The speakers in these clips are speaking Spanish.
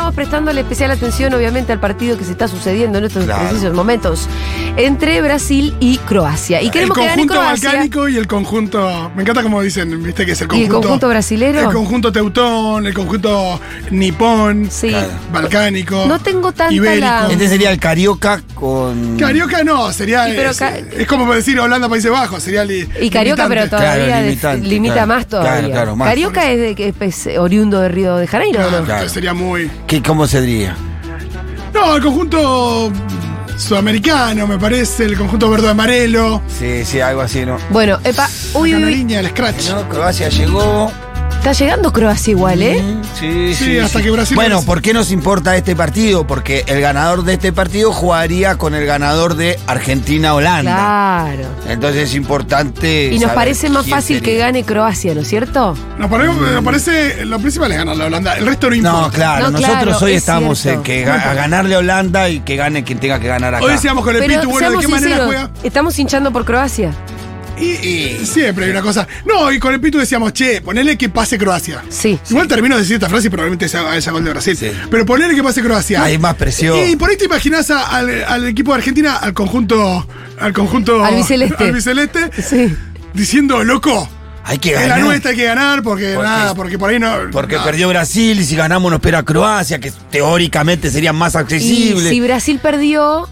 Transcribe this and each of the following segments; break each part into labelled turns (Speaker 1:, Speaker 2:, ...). Speaker 1: Ah, prestándole especial atención, obviamente, al partido que se está sucediendo en estos
Speaker 2: Claro.
Speaker 1: precisos momentos entre Brasil y Croacia. Y
Speaker 3: El
Speaker 1: queremos que gane
Speaker 3: conjunto
Speaker 1: Croacia.
Speaker 3: balcánico y el conjunto. Me encanta como dicen, viste que es el
Speaker 1: ¿Y el
Speaker 3: conjunto.
Speaker 1: conjunto brasilero?
Speaker 3: El conjunto teutón, el conjunto nipón,
Speaker 1: Sí.
Speaker 2: Claro.
Speaker 3: balcánico.
Speaker 1: No tengo tanta
Speaker 3: ibérico.
Speaker 1: la-
Speaker 2: Este sería el Carioca con.
Speaker 3: Carioca no, sería.
Speaker 1: Y pero
Speaker 3: es,
Speaker 1: ca-
Speaker 3: es como decir Holanda, Países Bajos, sería. li-
Speaker 1: Y Carioca,
Speaker 3: limitante.
Speaker 1: pero todavía
Speaker 2: Claro,
Speaker 1: de-
Speaker 2: limitante,
Speaker 1: limita
Speaker 2: claro.
Speaker 1: más todavía.
Speaker 2: Claro, claro, más.
Speaker 1: Carioca es, de, que es- es oriundo de Río de Janeiro, ¿o
Speaker 3: Claro,
Speaker 1: ¿no?
Speaker 3: entonces
Speaker 2: Claro.
Speaker 3: sería muy.
Speaker 2: ¿Qué, ¿Cómo sería?
Speaker 3: No, el conjunto sudamericano, me parece, el conjunto verde-amarelo.
Speaker 2: Sí, sí, algo así, ¿no?
Speaker 1: Bueno, epa, uy, uy,
Speaker 3: La
Speaker 1: uy,
Speaker 3: línea, el scratch.
Speaker 2: No, Croacia llegó.
Speaker 1: está llegando Croacia igual, ¿eh?
Speaker 2: Mm, Sí, sí,
Speaker 3: Sí, hasta que Brasil-
Speaker 2: Bueno, ¿por qué nos importa este partido? Porque el ganador de este partido jugaría con el ganador de Argentina-Holanda.
Speaker 1: Claro.
Speaker 2: Entonces es importante.
Speaker 1: Y nos
Speaker 2: saber
Speaker 1: parece más
Speaker 2: quién
Speaker 1: fácil que
Speaker 2: sería.
Speaker 1: gane Croacia, ¿no es cierto?
Speaker 3: Nos pare- nos parece. Lo principal es ganar la Holanda, el resto no importa.
Speaker 2: No, claro,
Speaker 1: No,
Speaker 2: nosotros
Speaker 1: claro,
Speaker 2: hoy
Speaker 1: es
Speaker 2: estamos
Speaker 1: cierto.
Speaker 2: en que ga- a ganarle a Holanda y que gane quien tenga que ganar acá.
Speaker 3: Hoy decíamos con el
Speaker 1: Pero
Speaker 3: Pitu, bueno, ¿de
Speaker 1: seamos
Speaker 3: qué manera juega?
Speaker 1: sinceros, estamos hinchando por Croacia.
Speaker 3: Y, y siempre hay una cosa. No, y con el Pitu decíamos, che, ponele que pase Croacia.
Speaker 1: Sí.
Speaker 3: Igual termino de decir esta frase y probablemente sea esa gol de Brasil.
Speaker 2: Sí.
Speaker 3: Pero ponele que pase Croacia.
Speaker 2: Hay más presión.
Speaker 3: Y por ahí te imaginás a- al, al equipo de Argentina, al conjunto. Al conjunto.
Speaker 1: Albiceleste.
Speaker 3: albiceleste,
Speaker 1: Sí.
Speaker 3: Diciendo, loco,
Speaker 2: Hay que
Speaker 3: es la
Speaker 2: ganar.
Speaker 3: nuestra, hay que ganar, porque,
Speaker 2: Porque-
Speaker 3: nada, porque por ahí no.
Speaker 2: Porque
Speaker 3: nada.
Speaker 2: perdió Brasil y si ganamos nos espera Croacia, que teóricamente sería más
Speaker 1: Y
Speaker 2: accesible.
Speaker 1: si Brasil perdió,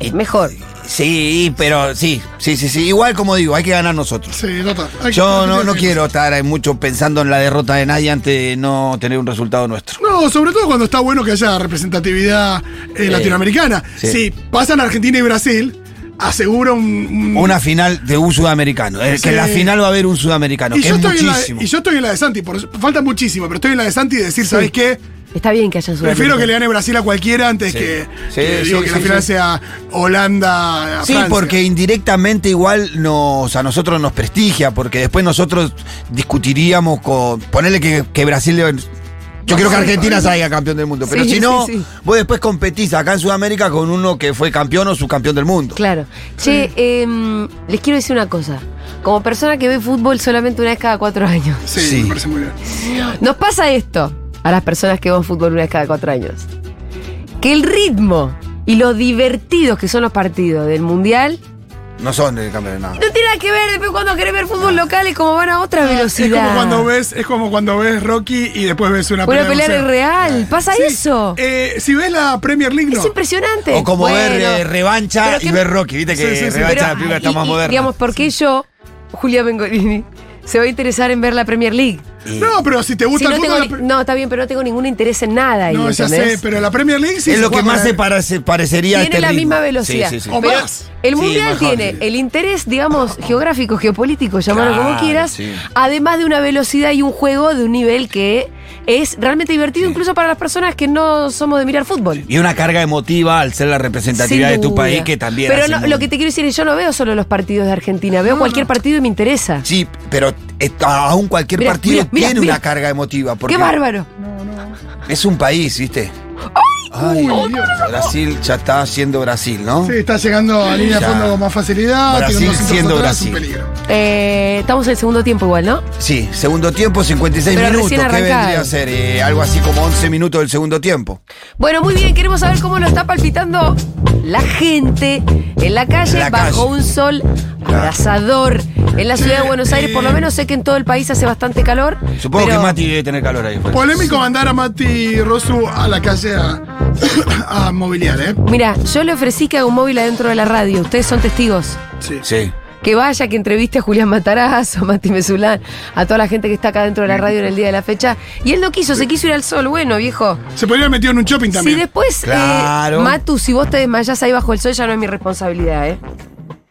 Speaker 1: es mejor.
Speaker 2: Sí, pero sí, sí, sí, sí. Igual como digo, hay que ganar nosotros.
Speaker 3: Sí, total. Hay que-
Speaker 2: Yo no, no quiero estar ahí mucho pensando en la derrota de nadie antes de no tener un resultado nuestro.
Speaker 3: No, sobre todo cuando está bueno que haya representatividad eh,
Speaker 2: Sí.
Speaker 3: latinoamericana.
Speaker 2: Sí.
Speaker 3: Si pasan Argentina y Brasil, asegura un. un-
Speaker 2: Una final de un sudamericano. Es que
Speaker 3: Sí.
Speaker 2: en la final va a haber un sudamericano,
Speaker 3: y,
Speaker 2: que
Speaker 3: yo
Speaker 2: es
Speaker 3: estoy en la,
Speaker 2: muchísimo.
Speaker 3: y yo estoy en la de Santi, por- falta muchísimo, pero estoy en la de Santi y decir, ¿sabés qué?
Speaker 1: Está bien que hayan subido.
Speaker 3: Prefiero que le gane Brasil a cualquiera antes
Speaker 2: Sí.
Speaker 3: que,
Speaker 2: Sí,
Speaker 3: que
Speaker 2: sí,
Speaker 3: digo, que
Speaker 2: sí,
Speaker 3: la final
Speaker 2: sí.
Speaker 3: sea Holanda. a
Speaker 2: Sí,
Speaker 3: Francia.
Speaker 2: porque indirectamente igual nos, a nosotros nos prestigia, porque después nosotros discutiríamos con. Ponerle que, que Brasil. le- Yo quiero que Argentina salga campeón del mundo, pero
Speaker 1: Sí,
Speaker 2: si no,
Speaker 1: sí, sí.
Speaker 2: vos después competís acá en Sudamérica con uno que fue campeón o subcampeón del mundo.
Speaker 1: Claro. Che, em, les quiero decir una cosa. Como persona que ve fútbol solamente una vez cada cuatro años,
Speaker 3: Sí,
Speaker 2: Sí.
Speaker 3: me parece muy bien.
Speaker 1: nos pasa esto a las personas que ven fútbol una vez cada cuatro años. Que el ritmo y los divertidos que son los partidos del Mundial
Speaker 2: No son del campeón de nada.
Speaker 1: no tiene nada que ver después cuando querés ver fútbol local es como van a otra velocidad.
Speaker 3: Es como cuando ves, es como cuando ves Rocky y después ves una,
Speaker 1: Una
Speaker 3: de
Speaker 1: pelea
Speaker 3: boxeo.
Speaker 1: de real, pasa
Speaker 3: Sí,
Speaker 1: eso.
Speaker 3: eh, si ves la Premier League, no.
Speaker 1: Es impresionante.
Speaker 2: O como ver
Speaker 1: Bueno,
Speaker 2: eh, revancha
Speaker 1: pero
Speaker 2: y
Speaker 1: que-
Speaker 2: ver Rocky, viste que
Speaker 3: Sí, sí, sí.
Speaker 2: revancha
Speaker 1: pero-
Speaker 2: la película está
Speaker 1: y-
Speaker 2: más
Speaker 1: y,
Speaker 2: moderna.
Speaker 1: Digamos, ¿por qué yo, Julia Bengolini, se va a interesar en ver la Premier League?
Speaker 3: No, pero si te
Speaker 1: Si
Speaker 3: gusta
Speaker 1: no,
Speaker 3: el
Speaker 1: tengo
Speaker 3: fútbol.
Speaker 1: ni- no, está bien, pero no tengo ningún interés en nada. ahí,
Speaker 3: No, ya
Speaker 1: ¿entendés?
Speaker 3: sé, pero la Premier League sí
Speaker 2: es
Speaker 3: se
Speaker 2: lo que
Speaker 3: juega
Speaker 2: más
Speaker 3: para-
Speaker 2: se parece- parecería a
Speaker 1: Tiene
Speaker 2: este
Speaker 1: la
Speaker 2: ritmo.
Speaker 1: misma velocidad.
Speaker 2: Sí, sí, sí.
Speaker 3: O
Speaker 1: Pero
Speaker 3: más.
Speaker 1: el
Speaker 2: Sí,
Speaker 1: mundial
Speaker 2: mejor,
Speaker 1: tiene
Speaker 2: sí.
Speaker 1: el interés, digamos, geográfico, geopolítico, llamarlo como
Speaker 2: Claro,
Speaker 1: quieras,
Speaker 2: sí.
Speaker 1: además de una velocidad y un juego de un nivel que es realmente divertido, incluso para las personas que no somos de mirar fútbol.
Speaker 2: Y una carga emotiva al ser la representatividad
Speaker 1: Sin
Speaker 2: de tu
Speaker 1: duda.
Speaker 2: país que también.
Speaker 1: Pero
Speaker 2: hace
Speaker 1: no,
Speaker 2: muy-
Speaker 1: lo que te quiero decir es, yo no veo solo los partidos de Argentina, veo cualquier partido y me interesa.
Speaker 2: Sí, pero est- aún cualquier
Speaker 1: Mirá,
Speaker 2: partido
Speaker 1: mirá, mirá,
Speaker 2: tiene
Speaker 1: mirá.
Speaker 2: una carga emotiva. Porque
Speaker 1: ¡Qué bárbaro!
Speaker 2: Es un país, ¿viste? Ay, Brasil ya está siendo Brasil, ¿no?
Speaker 3: Sí, está llegando a línea de
Speaker 2: Ya.
Speaker 3: fondo con más facilidad.
Speaker 2: Brasil
Speaker 3: tirando centros
Speaker 2: siendo
Speaker 3: atrás,
Speaker 2: Brasil.
Speaker 3: un peligro.
Speaker 1: Eh, estamos en el segundo tiempo igual, ¿no?
Speaker 2: Sí, segundo tiempo, 56
Speaker 1: Pero
Speaker 2: minutos. ¿Qué
Speaker 1: recién arrancaron.
Speaker 2: vendría a ser? Eh, algo así como 11 minutos del segundo tiempo.
Speaker 1: Bueno, muy bien, queremos saber cómo lo está palpitando la gente en la calle
Speaker 2: La
Speaker 1: bajo
Speaker 2: calle.
Speaker 1: un sol abrasador. En la ciudad de Buenos Aires, por lo menos sé que en todo el país hace bastante calor.
Speaker 2: Supongo
Speaker 1: pero
Speaker 2: que Mati debe tener calor ahí. pues.
Speaker 3: Polémico mandar a Mati Rosu a la calle a, a mobiliar, ¿eh?
Speaker 1: Mira, yo le ofrecí que haga un móvil adentro de la radio. Ustedes son testigos.
Speaker 3: Sí.
Speaker 2: Sí.
Speaker 1: Que vaya, que entreviste a Julián Matarazzo, a Mati Mesulán, a toda la gente que está acá dentro de la radio en el día de la fecha. Y él no quiso, se quiso ir al sol. Bueno, viejo.
Speaker 3: Se podría haber metido en un shopping
Speaker 1: Si
Speaker 3: también.
Speaker 1: después, eh,
Speaker 2: Claro.
Speaker 1: Matu, si vos te desmayás ahí bajo el sol, ya no es mi responsabilidad, ¿eh?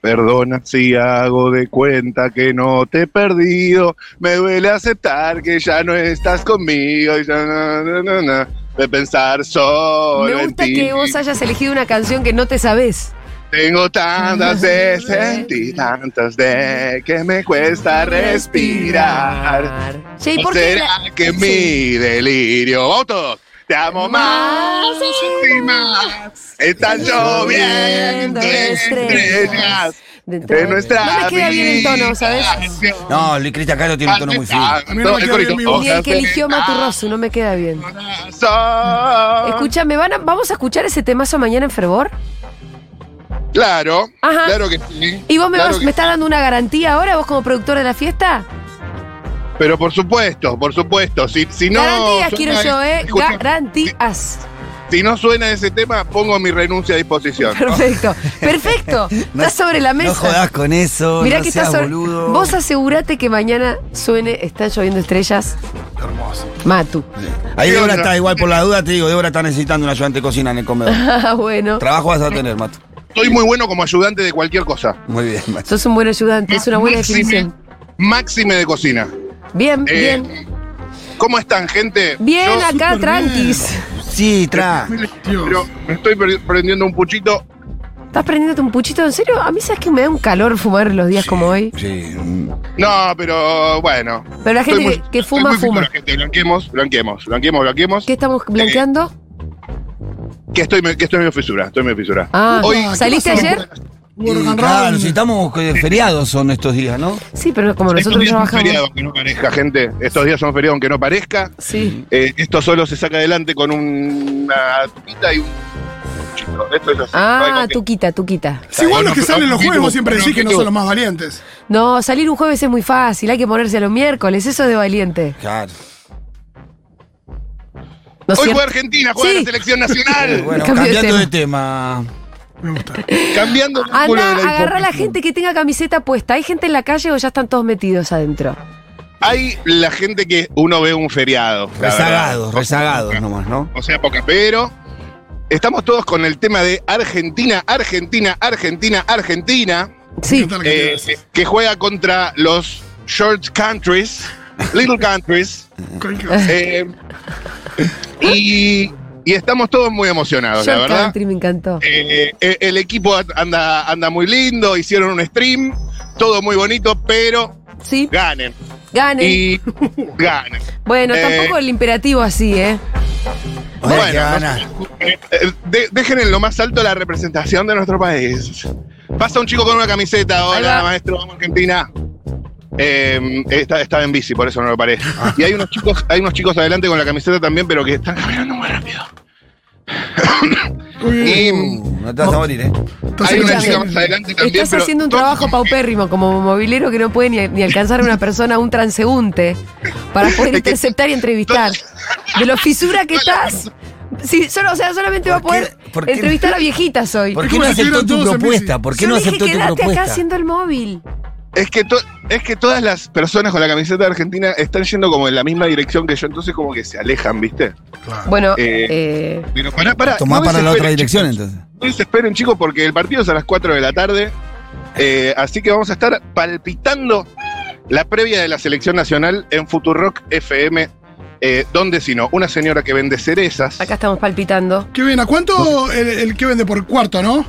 Speaker 4: Perdona si hago de cuenta que no te he perdido. Me duele aceptar que ya no estás conmigo. Y ya na, na, na, na, de pensar solo
Speaker 1: Me
Speaker 4: en
Speaker 1: gusta
Speaker 4: ti.
Speaker 1: que vos hayas elegido una canción que no te sabés.
Speaker 4: Tengo tantas de sentir, tantas de que me cuesta respirar.
Speaker 1: Che, ¿y por qué
Speaker 4: ¿Será
Speaker 1: la-
Speaker 4: que
Speaker 1: Sí.
Speaker 4: mi delirio? ¡Vamos todos! Te amo más y más. Están lloviendo estrellas.
Speaker 1: dentro
Speaker 4: de nuestra
Speaker 1: No me queda bien el tono,
Speaker 4: vida.
Speaker 1: ¿sabes?
Speaker 2: No, Luis Cristian Caro tiene un tono muy fino.
Speaker 3: A mí no
Speaker 4: El
Speaker 3: me queda bien
Speaker 4: corito.
Speaker 3: mi voz.
Speaker 1: Ni el que
Speaker 4: Ojalá
Speaker 1: eligió Matu Rosu, no me queda bien.
Speaker 4: Corazón.
Speaker 1: Escúchame, ¿van a- ¿vamos a escuchar ese temazo mañana en Fervor?
Speaker 4: Claro,
Speaker 1: Ajá.
Speaker 4: claro que sí.
Speaker 1: ¿Y vos me,
Speaker 4: Claro
Speaker 1: vas,
Speaker 4: que-
Speaker 1: me estás dando una garantía ahora, vos como productor de la fiesta?
Speaker 4: Pero por supuesto, por supuesto. Si, si no
Speaker 1: garantías
Speaker 4: suena
Speaker 1: quiero
Speaker 4: ese-
Speaker 1: yo, ¿eh?
Speaker 4: Escucha,
Speaker 1: Garantías.
Speaker 4: Si no suena ese tema, pongo mi renuncia a disposición.
Speaker 1: Perfecto, perfecto.
Speaker 2: No-
Speaker 1: está sobre la mesa.
Speaker 2: No jodas con eso.
Speaker 1: Mirá
Speaker 2: no
Speaker 1: que
Speaker 2: seas
Speaker 1: está sobre.
Speaker 2: boludo.
Speaker 1: Vos asegurate que mañana suene, están lloviendo estrellas.
Speaker 3: Hermoso.
Speaker 1: Matu.
Speaker 2: Ahí
Speaker 4: Sí,
Speaker 2: Débora
Speaker 4: otra.
Speaker 2: está igual por la duda, te digo, Débora está necesitando un ayudante de cocina en el comedor.
Speaker 1: Ah, bueno.
Speaker 2: Trabajo vas a tener, Mato.
Speaker 4: Soy muy bueno como ayudante de cualquier cosa.
Speaker 2: Muy bien, Mato.
Speaker 1: Sos un buen ayudante, es una buena
Speaker 4: Máxime-
Speaker 1: definición.
Speaker 4: Máxime de cocina.
Speaker 1: Bien,
Speaker 4: Eh,
Speaker 1: bien.
Speaker 4: ¿Cómo están, gente?
Speaker 1: Bien
Speaker 4: Yo-
Speaker 1: acá,
Speaker 3: súper
Speaker 1: tranquis.
Speaker 2: Sí, tra.
Speaker 3: Dios.
Speaker 4: Pero me estoy per- prendiendo un puchito.
Speaker 1: ¿Estás prendiéndote un puchito? ¿En serio? A mí sabes que me da un calor fumar los días como hoy.
Speaker 2: Sí.
Speaker 4: No, pero bueno.
Speaker 1: Pero la
Speaker 4: Estoy
Speaker 1: gente
Speaker 4: muy-
Speaker 1: que, que
Speaker 4: estoy
Speaker 1: fuma,
Speaker 4: muy fino,
Speaker 1: fuma.
Speaker 4: la gente. Blanqueemos, blanqueemos, blanqueemos, blanqueemos.
Speaker 1: ¿Qué estamos blanqueando?
Speaker 4: Que estoy, me- que estoy medio fisura, estoy medio fisura.
Speaker 1: Ah,
Speaker 4: Hoy-
Speaker 1: ¿saliste
Speaker 3: ¿qué pasó?
Speaker 1: ayer?
Speaker 3: Work
Speaker 2: Y,
Speaker 3: and
Speaker 2: claro,
Speaker 3: roll.
Speaker 2: si estamos eh, feriados son estos días, ¿no?
Speaker 1: Sí, pero como
Speaker 4: Estos
Speaker 1: nosotros
Speaker 4: días son
Speaker 1: trabajamos.
Speaker 4: feriados, aunque no parezca, gente. Estos días son feriados, aunque no parezca.
Speaker 1: Sí.
Speaker 4: Eh, esto solo se saca adelante con un- una tuquita y un puchito. Esto es así. No
Speaker 1: Ah,
Speaker 4: hay con qué.
Speaker 1: tuquita, tuquita.
Speaker 3: Si igual los que
Speaker 4: No,
Speaker 3: salen en los
Speaker 4: no,
Speaker 3: juegos
Speaker 4: no,
Speaker 3: siempre
Speaker 4: no,
Speaker 3: decís que no
Speaker 4: no.
Speaker 3: son los más valientes.
Speaker 1: No, salir un jueves es muy fácil, hay que ponerse a los miércoles, eso es de valiente.
Speaker 2: Claro.
Speaker 1: ¿No es
Speaker 4: Hoy
Speaker 1: cierto?
Speaker 4: juega Argentina, juega
Speaker 1: Sí.
Speaker 4: la selección
Speaker 2: Eh,
Speaker 4: nacional.
Speaker 2: Bueno,
Speaker 1: Cambio de
Speaker 2: cambiando de tema.
Speaker 3: Me gusta.
Speaker 4: Cambiando el ángulo
Speaker 1: Andá,
Speaker 4: de la
Speaker 1: agarrá a la
Speaker 4: información.
Speaker 1: gente que tenga camiseta puesta. ¿Hay gente en la calle o ya están todos metidos adentro?
Speaker 4: Hay la gente que uno ve un feriado. la
Speaker 2: Rezagados,
Speaker 4: verdad.
Speaker 2: rezagados nomás, ¿no?
Speaker 4: O sea, poca. Pero estamos todos con el tema de Argentina, Argentina, Argentina, Argentina,
Speaker 1: Sí.
Speaker 3: Me encanta la
Speaker 4: eh,
Speaker 3: cantidad de veces.
Speaker 4: que juega contra los short countries, little countries.
Speaker 3: Cualquier-
Speaker 4: eh, y, y estamos todos muy emocionados, la
Speaker 1: Short
Speaker 4: verdad.
Speaker 1: Country me encantó.
Speaker 4: Eh, eh, el equipo anda, anda muy lindo, hicieron un stream, todo muy bonito, pero
Speaker 1: Sí,
Speaker 4: ganen.
Speaker 1: ganen.
Speaker 4: Y ganen.
Speaker 1: bueno,
Speaker 4: eh,
Speaker 1: tampoco el imperativo así, ¿eh?
Speaker 2: Bueno,
Speaker 4: Bueno,
Speaker 2: gana.
Speaker 4: Eh, de- dejen en lo más alto la representación de nuestro país. Pasa un chico con una camiseta,
Speaker 1: Ahí
Speaker 4: hola
Speaker 1: va.
Speaker 4: maestro, vamos Argentina. Eh, está- estaba en bici, por eso no lo paré. Y hay unos chicos, hay unos chicos adelante con la camiseta también, pero que están caminando muy rápido.
Speaker 3: Uy,
Speaker 4: Y
Speaker 2: Uh, no te vas a morir, ¿eh?
Speaker 3: estás
Speaker 4: hay una
Speaker 1: escuchando.
Speaker 4: chica más adelante también.
Speaker 1: Estás
Speaker 4: pero
Speaker 1: haciendo un
Speaker 4: todos
Speaker 1: trabajo
Speaker 4: como que-
Speaker 1: paupérrimo como movilero que no puede ni, ni alcanzar a una persona, a un transeúnte, para poder interceptar y entrevistar. De lo fisura que estás. Sí, solo, o sea, solamente va a
Speaker 2: ¿Por qué-
Speaker 1: poder
Speaker 2: por qué-
Speaker 1: entrevistar a viejitas hoy.
Speaker 2: ¿Por
Speaker 3: Es
Speaker 2: qué
Speaker 3: como
Speaker 2: no
Speaker 3: si
Speaker 2: aceptó
Speaker 3: estuvieran
Speaker 2: tu
Speaker 3: todos en
Speaker 2: propuesta? ¿Por qué
Speaker 1: Yo
Speaker 2: no
Speaker 1: dije,
Speaker 2: aceptó tu
Speaker 1: quédate acá
Speaker 2: propuesta?
Speaker 1: haciendo el móvil.
Speaker 4: Es que, to- es que todas las personas con la camiseta de Argentina están yendo como en la misma dirección que yo, entonces como que se alejan, ¿viste?
Speaker 3: claro.
Speaker 1: Bueno,
Speaker 4: Eh,
Speaker 1: eh,
Speaker 4: Pero pará, pará.
Speaker 2: Tomá
Speaker 4: no
Speaker 2: para la otra
Speaker 4: desesperen,
Speaker 2: dirección,
Speaker 4: chicos.
Speaker 2: entonces.
Speaker 4: No desesperen, chicos, porque el partido es a las 4 de la tarde. Eh, así que vamos a estar palpitando la previa de la selección nacional en Futurock FM. Eh, ¿Dónde si no? Una señora que vende cerezas.
Speaker 1: acá estamos palpitando.
Speaker 3: ¿Qué ven? ¿A cuánto el, el que vende por cuarto, no?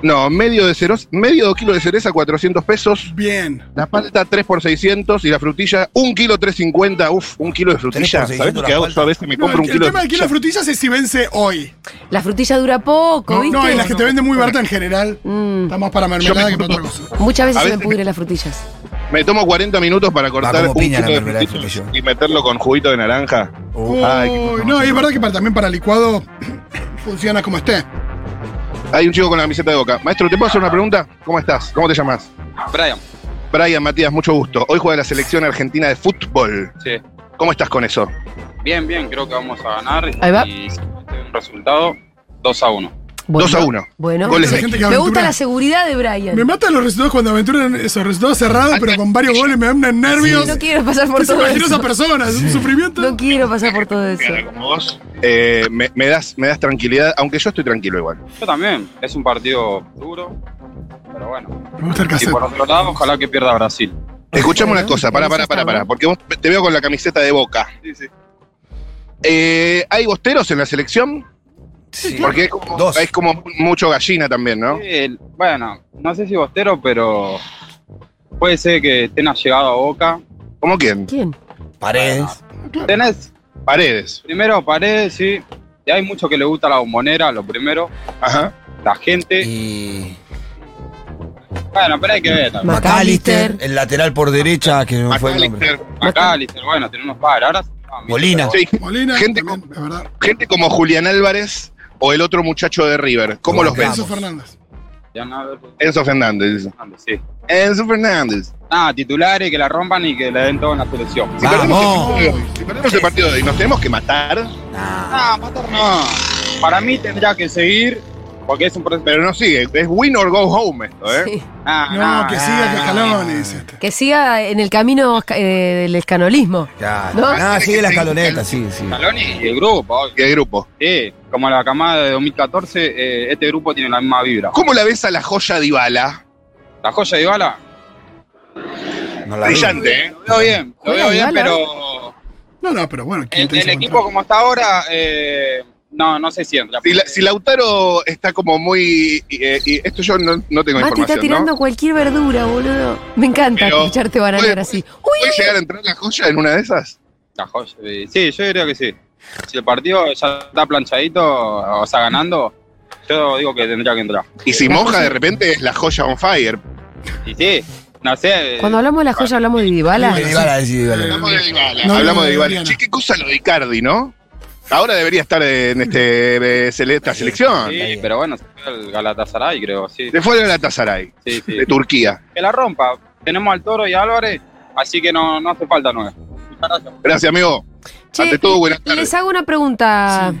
Speaker 4: No, medio de ceros, medio kilo de cereza, 400 pesos.
Speaker 3: Bien.
Speaker 4: La palta 3 por 600 y la frutilla 1 kilo 350. Uf, un kilo de frutilla.
Speaker 2: Tres por
Speaker 4: ¿Sabes
Speaker 2: 600
Speaker 4: lo que
Speaker 2: la
Speaker 4: hago?
Speaker 2: palta.
Speaker 4: Yo a veces me
Speaker 3: No,
Speaker 4: compro
Speaker 3: el,
Speaker 4: un
Speaker 3: el
Speaker 4: kilo de
Speaker 3: tema del kilo de
Speaker 4: frutilla.
Speaker 3: frutillas es si vence hoy.
Speaker 1: La frutilla dura poco,
Speaker 3: No,
Speaker 1: ¿viste?
Speaker 3: no, y las que te venden muy baratas en general.
Speaker 1: Mm,
Speaker 3: Está más para mermelada que para otra cosa.
Speaker 1: muchas veces
Speaker 4: A
Speaker 1: se me
Speaker 4: veces-
Speaker 1: pudren las frutillas.
Speaker 4: Me tomo 40 minutos para cortar
Speaker 2: como
Speaker 4: un
Speaker 2: piña la
Speaker 4: kilo de
Speaker 2: mermelada de
Speaker 4: frutilla
Speaker 2: frutilla.
Speaker 4: y meterlo con juguito de naranja.
Speaker 3: Uy,
Speaker 4: Ay, qué-
Speaker 3: no, y es verdad que para, también para licuado funciona como esté.
Speaker 4: Hay un chico con la camiseta de boca. Maestro, ¿te puedo hacer una pregunta? ¿Cómo estás? ¿Cómo te llamas?
Speaker 5: Brian,
Speaker 4: Brian Matías, mucho gusto. Hoy juega la selección argentina de fútbol.
Speaker 5: sí.
Speaker 4: ¿Cómo estás con eso?
Speaker 5: Bien, bien, creo que vamos a ganar.
Speaker 1: Ahí va.
Speaker 5: Y un resultado 2 a 1.
Speaker 1: Bueno,
Speaker 4: 2 a 1.
Speaker 1: Bueno,
Speaker 4: Goles de-
Speaker 1: me
Speaker 3: que
Speaker 1: gusta
Speaker 3: aventura.
Speaker 1: la seguridad de Brian.
Speaker 3: Me matan los resultados cuando aventuran esos resultados cerrados, pero con varios goles me dan unos nervios.
Speaker 1: No quiero pasar por
Speaker 3: ¿Qué se
Speaker 1: todo
Speaker 3: imaginó esa
Speaker 1: eso.
Speaker 3: persona? Es un sufrimiento.
Speaker 1: No quiero pasar por todo eso.
Speaker 4: Como vos. Eh, me, me das, me das tranquilidad, aunque yo estoy tranquilo igual.
Speaker 5: Yo también, es un partido duro, pero bueno.
Speaker 3: Me gusta el
Speaker 5: Y
Speaker 3: cassette.
Speaker 5: por otro lado, ojalá que pierda Brasil.
Speaker 4: Escuchame
Speaker 1: Bueno,
Speaker 4: una cosa, para,
Speaker 1: en
Speaker 4: para,
Speaker 1: eso
Speaker 4: para, para,
Speaker 1: estamos.
Speaker 4: porque vos te veo con la camiseta de boca.
Speaker 5: Sí, sí.
Speaker 4: Eh, ¿Hay bosteros en la selección?
Speaker 2: Sí.
Speaker 4: Porque es como,
Speaker 2: Dos.
Speaker 4: es como mucho gallina también, ¿no?
Speaker 5: El- bueno, no sé si Bostero, pero puede ser que tengas llegado a Boca.
Speaker 4: ¿Cómo quién?
Speaker 1: ¿Quién?
Speaker 2: Paredes.
Speaker 4: Ah,
Speaker 5: Tenés
Speaker 4: Paredes.
Speaker 5: primero Paredes, sí. Y hay mucho que le gusta la bombonera, lo primero,
Speaker 4: Ajá.
Speaker 5: la gente.
Speaker 2: Y.
Speaker 5: Bueno, pero hay que ver. también.
Speaker 1: McAllister.
Speaker 2: McAllister, el lateral por derecha, que no fue el nombre.
Speaker 4: McAllister.
Speaker 5: McAllister, bueno, tenemos par. Ahora no, mira,
Speaker 2: Molina.
Speaker 4: Sí,
Speaker 3: Molina,
Speaker 4: Gente
Speaker 3: también, es verdad.
Speaker 4: gente como Julián Álvarez o el otro muchacho de River. ¿Cómo los ves?
Speaker 2: Vamos.
Speaker 3: Enzo Fernández.
Speaker 5: ya no-
Speaker 4: Enzo Fernández.
Speaker 5: Sí.
Speaker 4: Enzo Fernández.
Speaker 5: Nada, Ah, titulares que la rompan y que le den todo en la selección.
Speaker 1: Ah.
Speaker 4: Si perdemos,
Speaker 2: Vamos.
Speaker 4: el, partido de hoy, si perdemos el partido de hoy, ¿nos tenemos que matar?
Speaker 5: Ah, matar no. Para mí tendría que seguir, porque es un proceso.
Speaker 4: Pero no sigue. Es win or go home esto, ¿eh?
Speaker 1: Sí.
Speaker 5: Ah,
Speaker 3: No, que
Speaker 2: ah,
Speaker 3: siga que
Speaker 2: ah,
Speaker 3: escalones. este.
Speaker 1: Que siga en el camino eh, del escanolismo.
Speaker 2: Ya,
Speaker 1: ¿No?
Speaker 2: Ah, sigue la escaloneta, sí, sí.
Speaker 5: Scaloni y el grupo, obvio.
Speaker 4: Y el grupo.
Speaker 5: Sí, como la camada de 2014, eh, este grupo tiene la misma vibra.
Speaker 4: ¿Cómo la ves a la joya Dybala?
Speaker 5: La joya de Ibala,
Speaker 2: No la vi.
Speaker 4: Brillante, ¿eh?
Speaker 5: lo veo bien, lo
Speaker 1: Joya
Speaker 5: veo bien,
Speaker 1: Dybala.
Speaker 5: pero
Speaker 3: No, no, pero bueno. ¿quién
Speaker 5: el,
Speaker 3: te
Speaker 5: el
Speaker 3: dice
Speaker 5: equipo como está ahora, eh, no, no se siente.
Speaker 4: Si, la- si Lautaro está como muy... eh, y esto yo no, no tengo
Speaker 1: Mati
Speaker 4: información,
Speaker 1: está tirando
Speaker 4: ¿no?
Speaker 1: cualquier verdura, boludo. Me encanta
Speaker 4: Pero-
Speaker 1: escucharte bananear
Speaker 4: Puede-
Speaker 1: así.
Speaker 4: ¿Puede
Speaker 1: ¡Uy!
Speaker 4: llegar a entrar la joya en una de esas?
Speaker 5: La joya, eh, sí, yo creo que sí. Si el partido ya está planchadito, o sea, ganando, yo digo que tendría que entrar.
Speaker 4: Y si
Speaker 1: Eh, La
Speaker 4: moja
Speaker 1: joya-
Speaker 4: de repente es la joya on fire.
Speaker 5: Y sí, no sé. eh,
Speaker 1: Cuando hablamos de la joya, hablamos de Dybala.
Speaker 2: Sí, Dybala, sí, Dybala.
Speaker 4: Hablamos de Dybala.
Speaker 3: No, no,
Speaker 4: hablamos de
Speaker 3: no,
Speaker 4: Dybala.
Speaker 3: Mariana.
Speaker 4: Che, qué cosa lo de Icardi, ¿no? Ahora debería estar en este, eh, sele- esta selección.
Speaker 5: Sí, pero bueno, se fue el Galatasaray, creo, sí.
Speaker 4: De fuera de Galatasaray,
Speaker 5: sí, sí.
Speaker 4: de Turquía.
Speaker 5: Que la rompa. Tenemos al Toro y a Álvarez, así que no, no hace falta nueve. Muchas gracias.
Speaker 4: Gracias, amigo.
Speaker 1: Che,
Speaker 4: Ante todo, buenas tardes.
Speaker 1: les hago una pregunta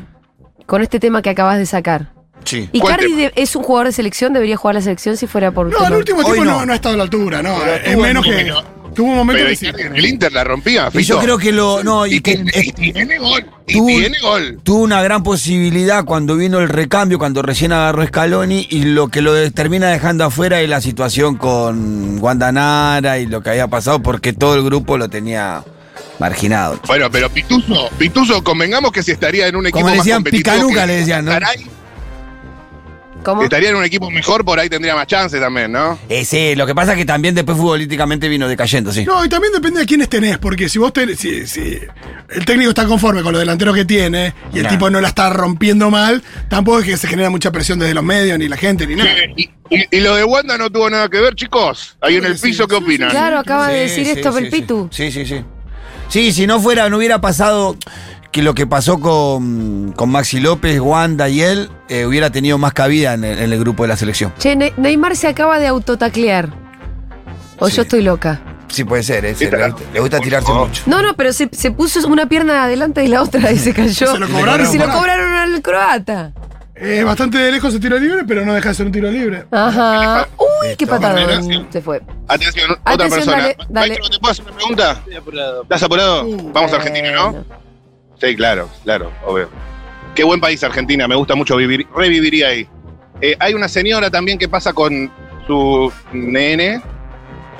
Speaker 1: con este tema que acabas de sacar.
Speaker 2: Sí.
Speaker 1: ¿Y
Speaker 4: ¿Cuál
Speaker 1: Cardi de- es un jugador de selección? ¿Debería jugar la selección si fuera por un
Speaker 3: No,
Speaker 1: tema?
Speaker 3: el último
Speaker 2: Hoy
Speaker 3: tiempo no.
Speaker 2: no.
Speaker 3: no ha estado a la altura, no.
Speaker 2: Pero
Speaker 3: Es
Speaker 2: tuvo
Speaker 3: menos
Speaker 2: un
Speaker 3: que. Tuvo un momento
Speaker 4: Pero
Speaker 3: que sí.
Speaker 4: Icardi en el Inter la rompía,
Speaker 2: Y yo
Speaker 4: Fito.
Speaker 2: creo que lo. No, y
Speaker 4: Y
Speaker 2: que
Speaker 4: tiene- y
Speaker 2: es-
Speaker 4: tiene gol. Y
Speaker 2: Tú-
Speaker 4: tiene gol.
Speaker 2: tuvo una gran posibilidad cuando vino el recambio, cuando recién agarró Scaloni, y lo que lo de- termina dejando afuera es la situación con Guandanara y lo que había pasado, porque todo el grupo lo tenía marginado.
Speaker 4: Bueno, pero Pituso, Pituso, convengamos que si estaría en un equipo
Speaker 2: Como le
Speaker 4: más
Speaker 2: decían,
Speaker 4: competitivo
Speaker 2: picanuca
Speaker 4: que
Speaker 2: le decían, ¿no?
Speaker 4: Galatasaray,
Speaker 1: ¿Cómo?
Speaker 4: si estaría en un equipo mejor, por ahí tendría más chances también, ¿no?
Speaker 2: Eh, sí, lo que pasa es que también después futbolísticamente vino decayendo, sí.
Speaker 3: No, y también depende de quiénes tenés, porque si vos tenés, si, si el técnico está conforme con los delanteros que tiene y el
Speaker 2: Claro.
Speaker 3: tipo no la está rompiendo mal, tampoco es que se genera mucha presión desde los medios, ni la gente, ni nada.
Speaker 4: Y, y- y lo de Wanda no tuvo nada que ver, chicos. Ahí en el
Speaker 3: Sí,
Speaker 4: piso, ¿qué
Speaker 3: sí, sí,
Speaker 4: opinan?
Speaker 1: Claro, acaba
Speaker 2: Sí,
Speaker 1: de decir
Speaker 2: sí,
Speaker 1: esto
Speaker 2: sí, sí.
Speaker 1: Belpitu.
Speaker 2: Sí, sí, sí. Sí, si no fuera, no hubiera pasado que lo que pasó con, con Maxi López, Wanda y él, eh, hubiera tenido más cabida en el, en el grupo de la selección.
Speaker 1: Che, Ne- Neymar se acaba de autotaclear. O
Speaker 2: Sí.
Speaker 1: yo estoy loca.
Speaker 2: Sí, puede ser, eh, sí,
Speaker 4: Está-
Speaker 2: le, gusta, le gusta tirarse mucho.
Speaker 1: No, no, pero se, se puso una pierna adelante y la otra y se cayó.
Speaker 3: Se lo
Speaker 1: Y
Speaker 3: cobraron.
Speaker 1: se lo cobraron al croata.
Speaker 3: Eh, bastante de lejos el tiro libre, pero no deja de ser un tiro libre.
Speaker 1: Ajá. Uy, qué patadón.
Speaker 4: Gracias.
Speaker 1: Se fue.
Speaker 4: Atención, otra
Speaker 1: Atención,
Speaker 4: persona.
Speaker 1: dale, dale.
Speaker 4: Maestro, ¿te puedo hacer una pregunta? ¿Estás apurado?
Speaker 3: Uh,
Speaker 4: Vamos a Argentina, ¿no?
Speaker 1: Bueno.
Speaker 4: Sí, claro, claro, obvio. Qué buen país Argentina, me gusta mucho vivir, reviviría ahí. Eh, hay una señora también que pasa con su nene.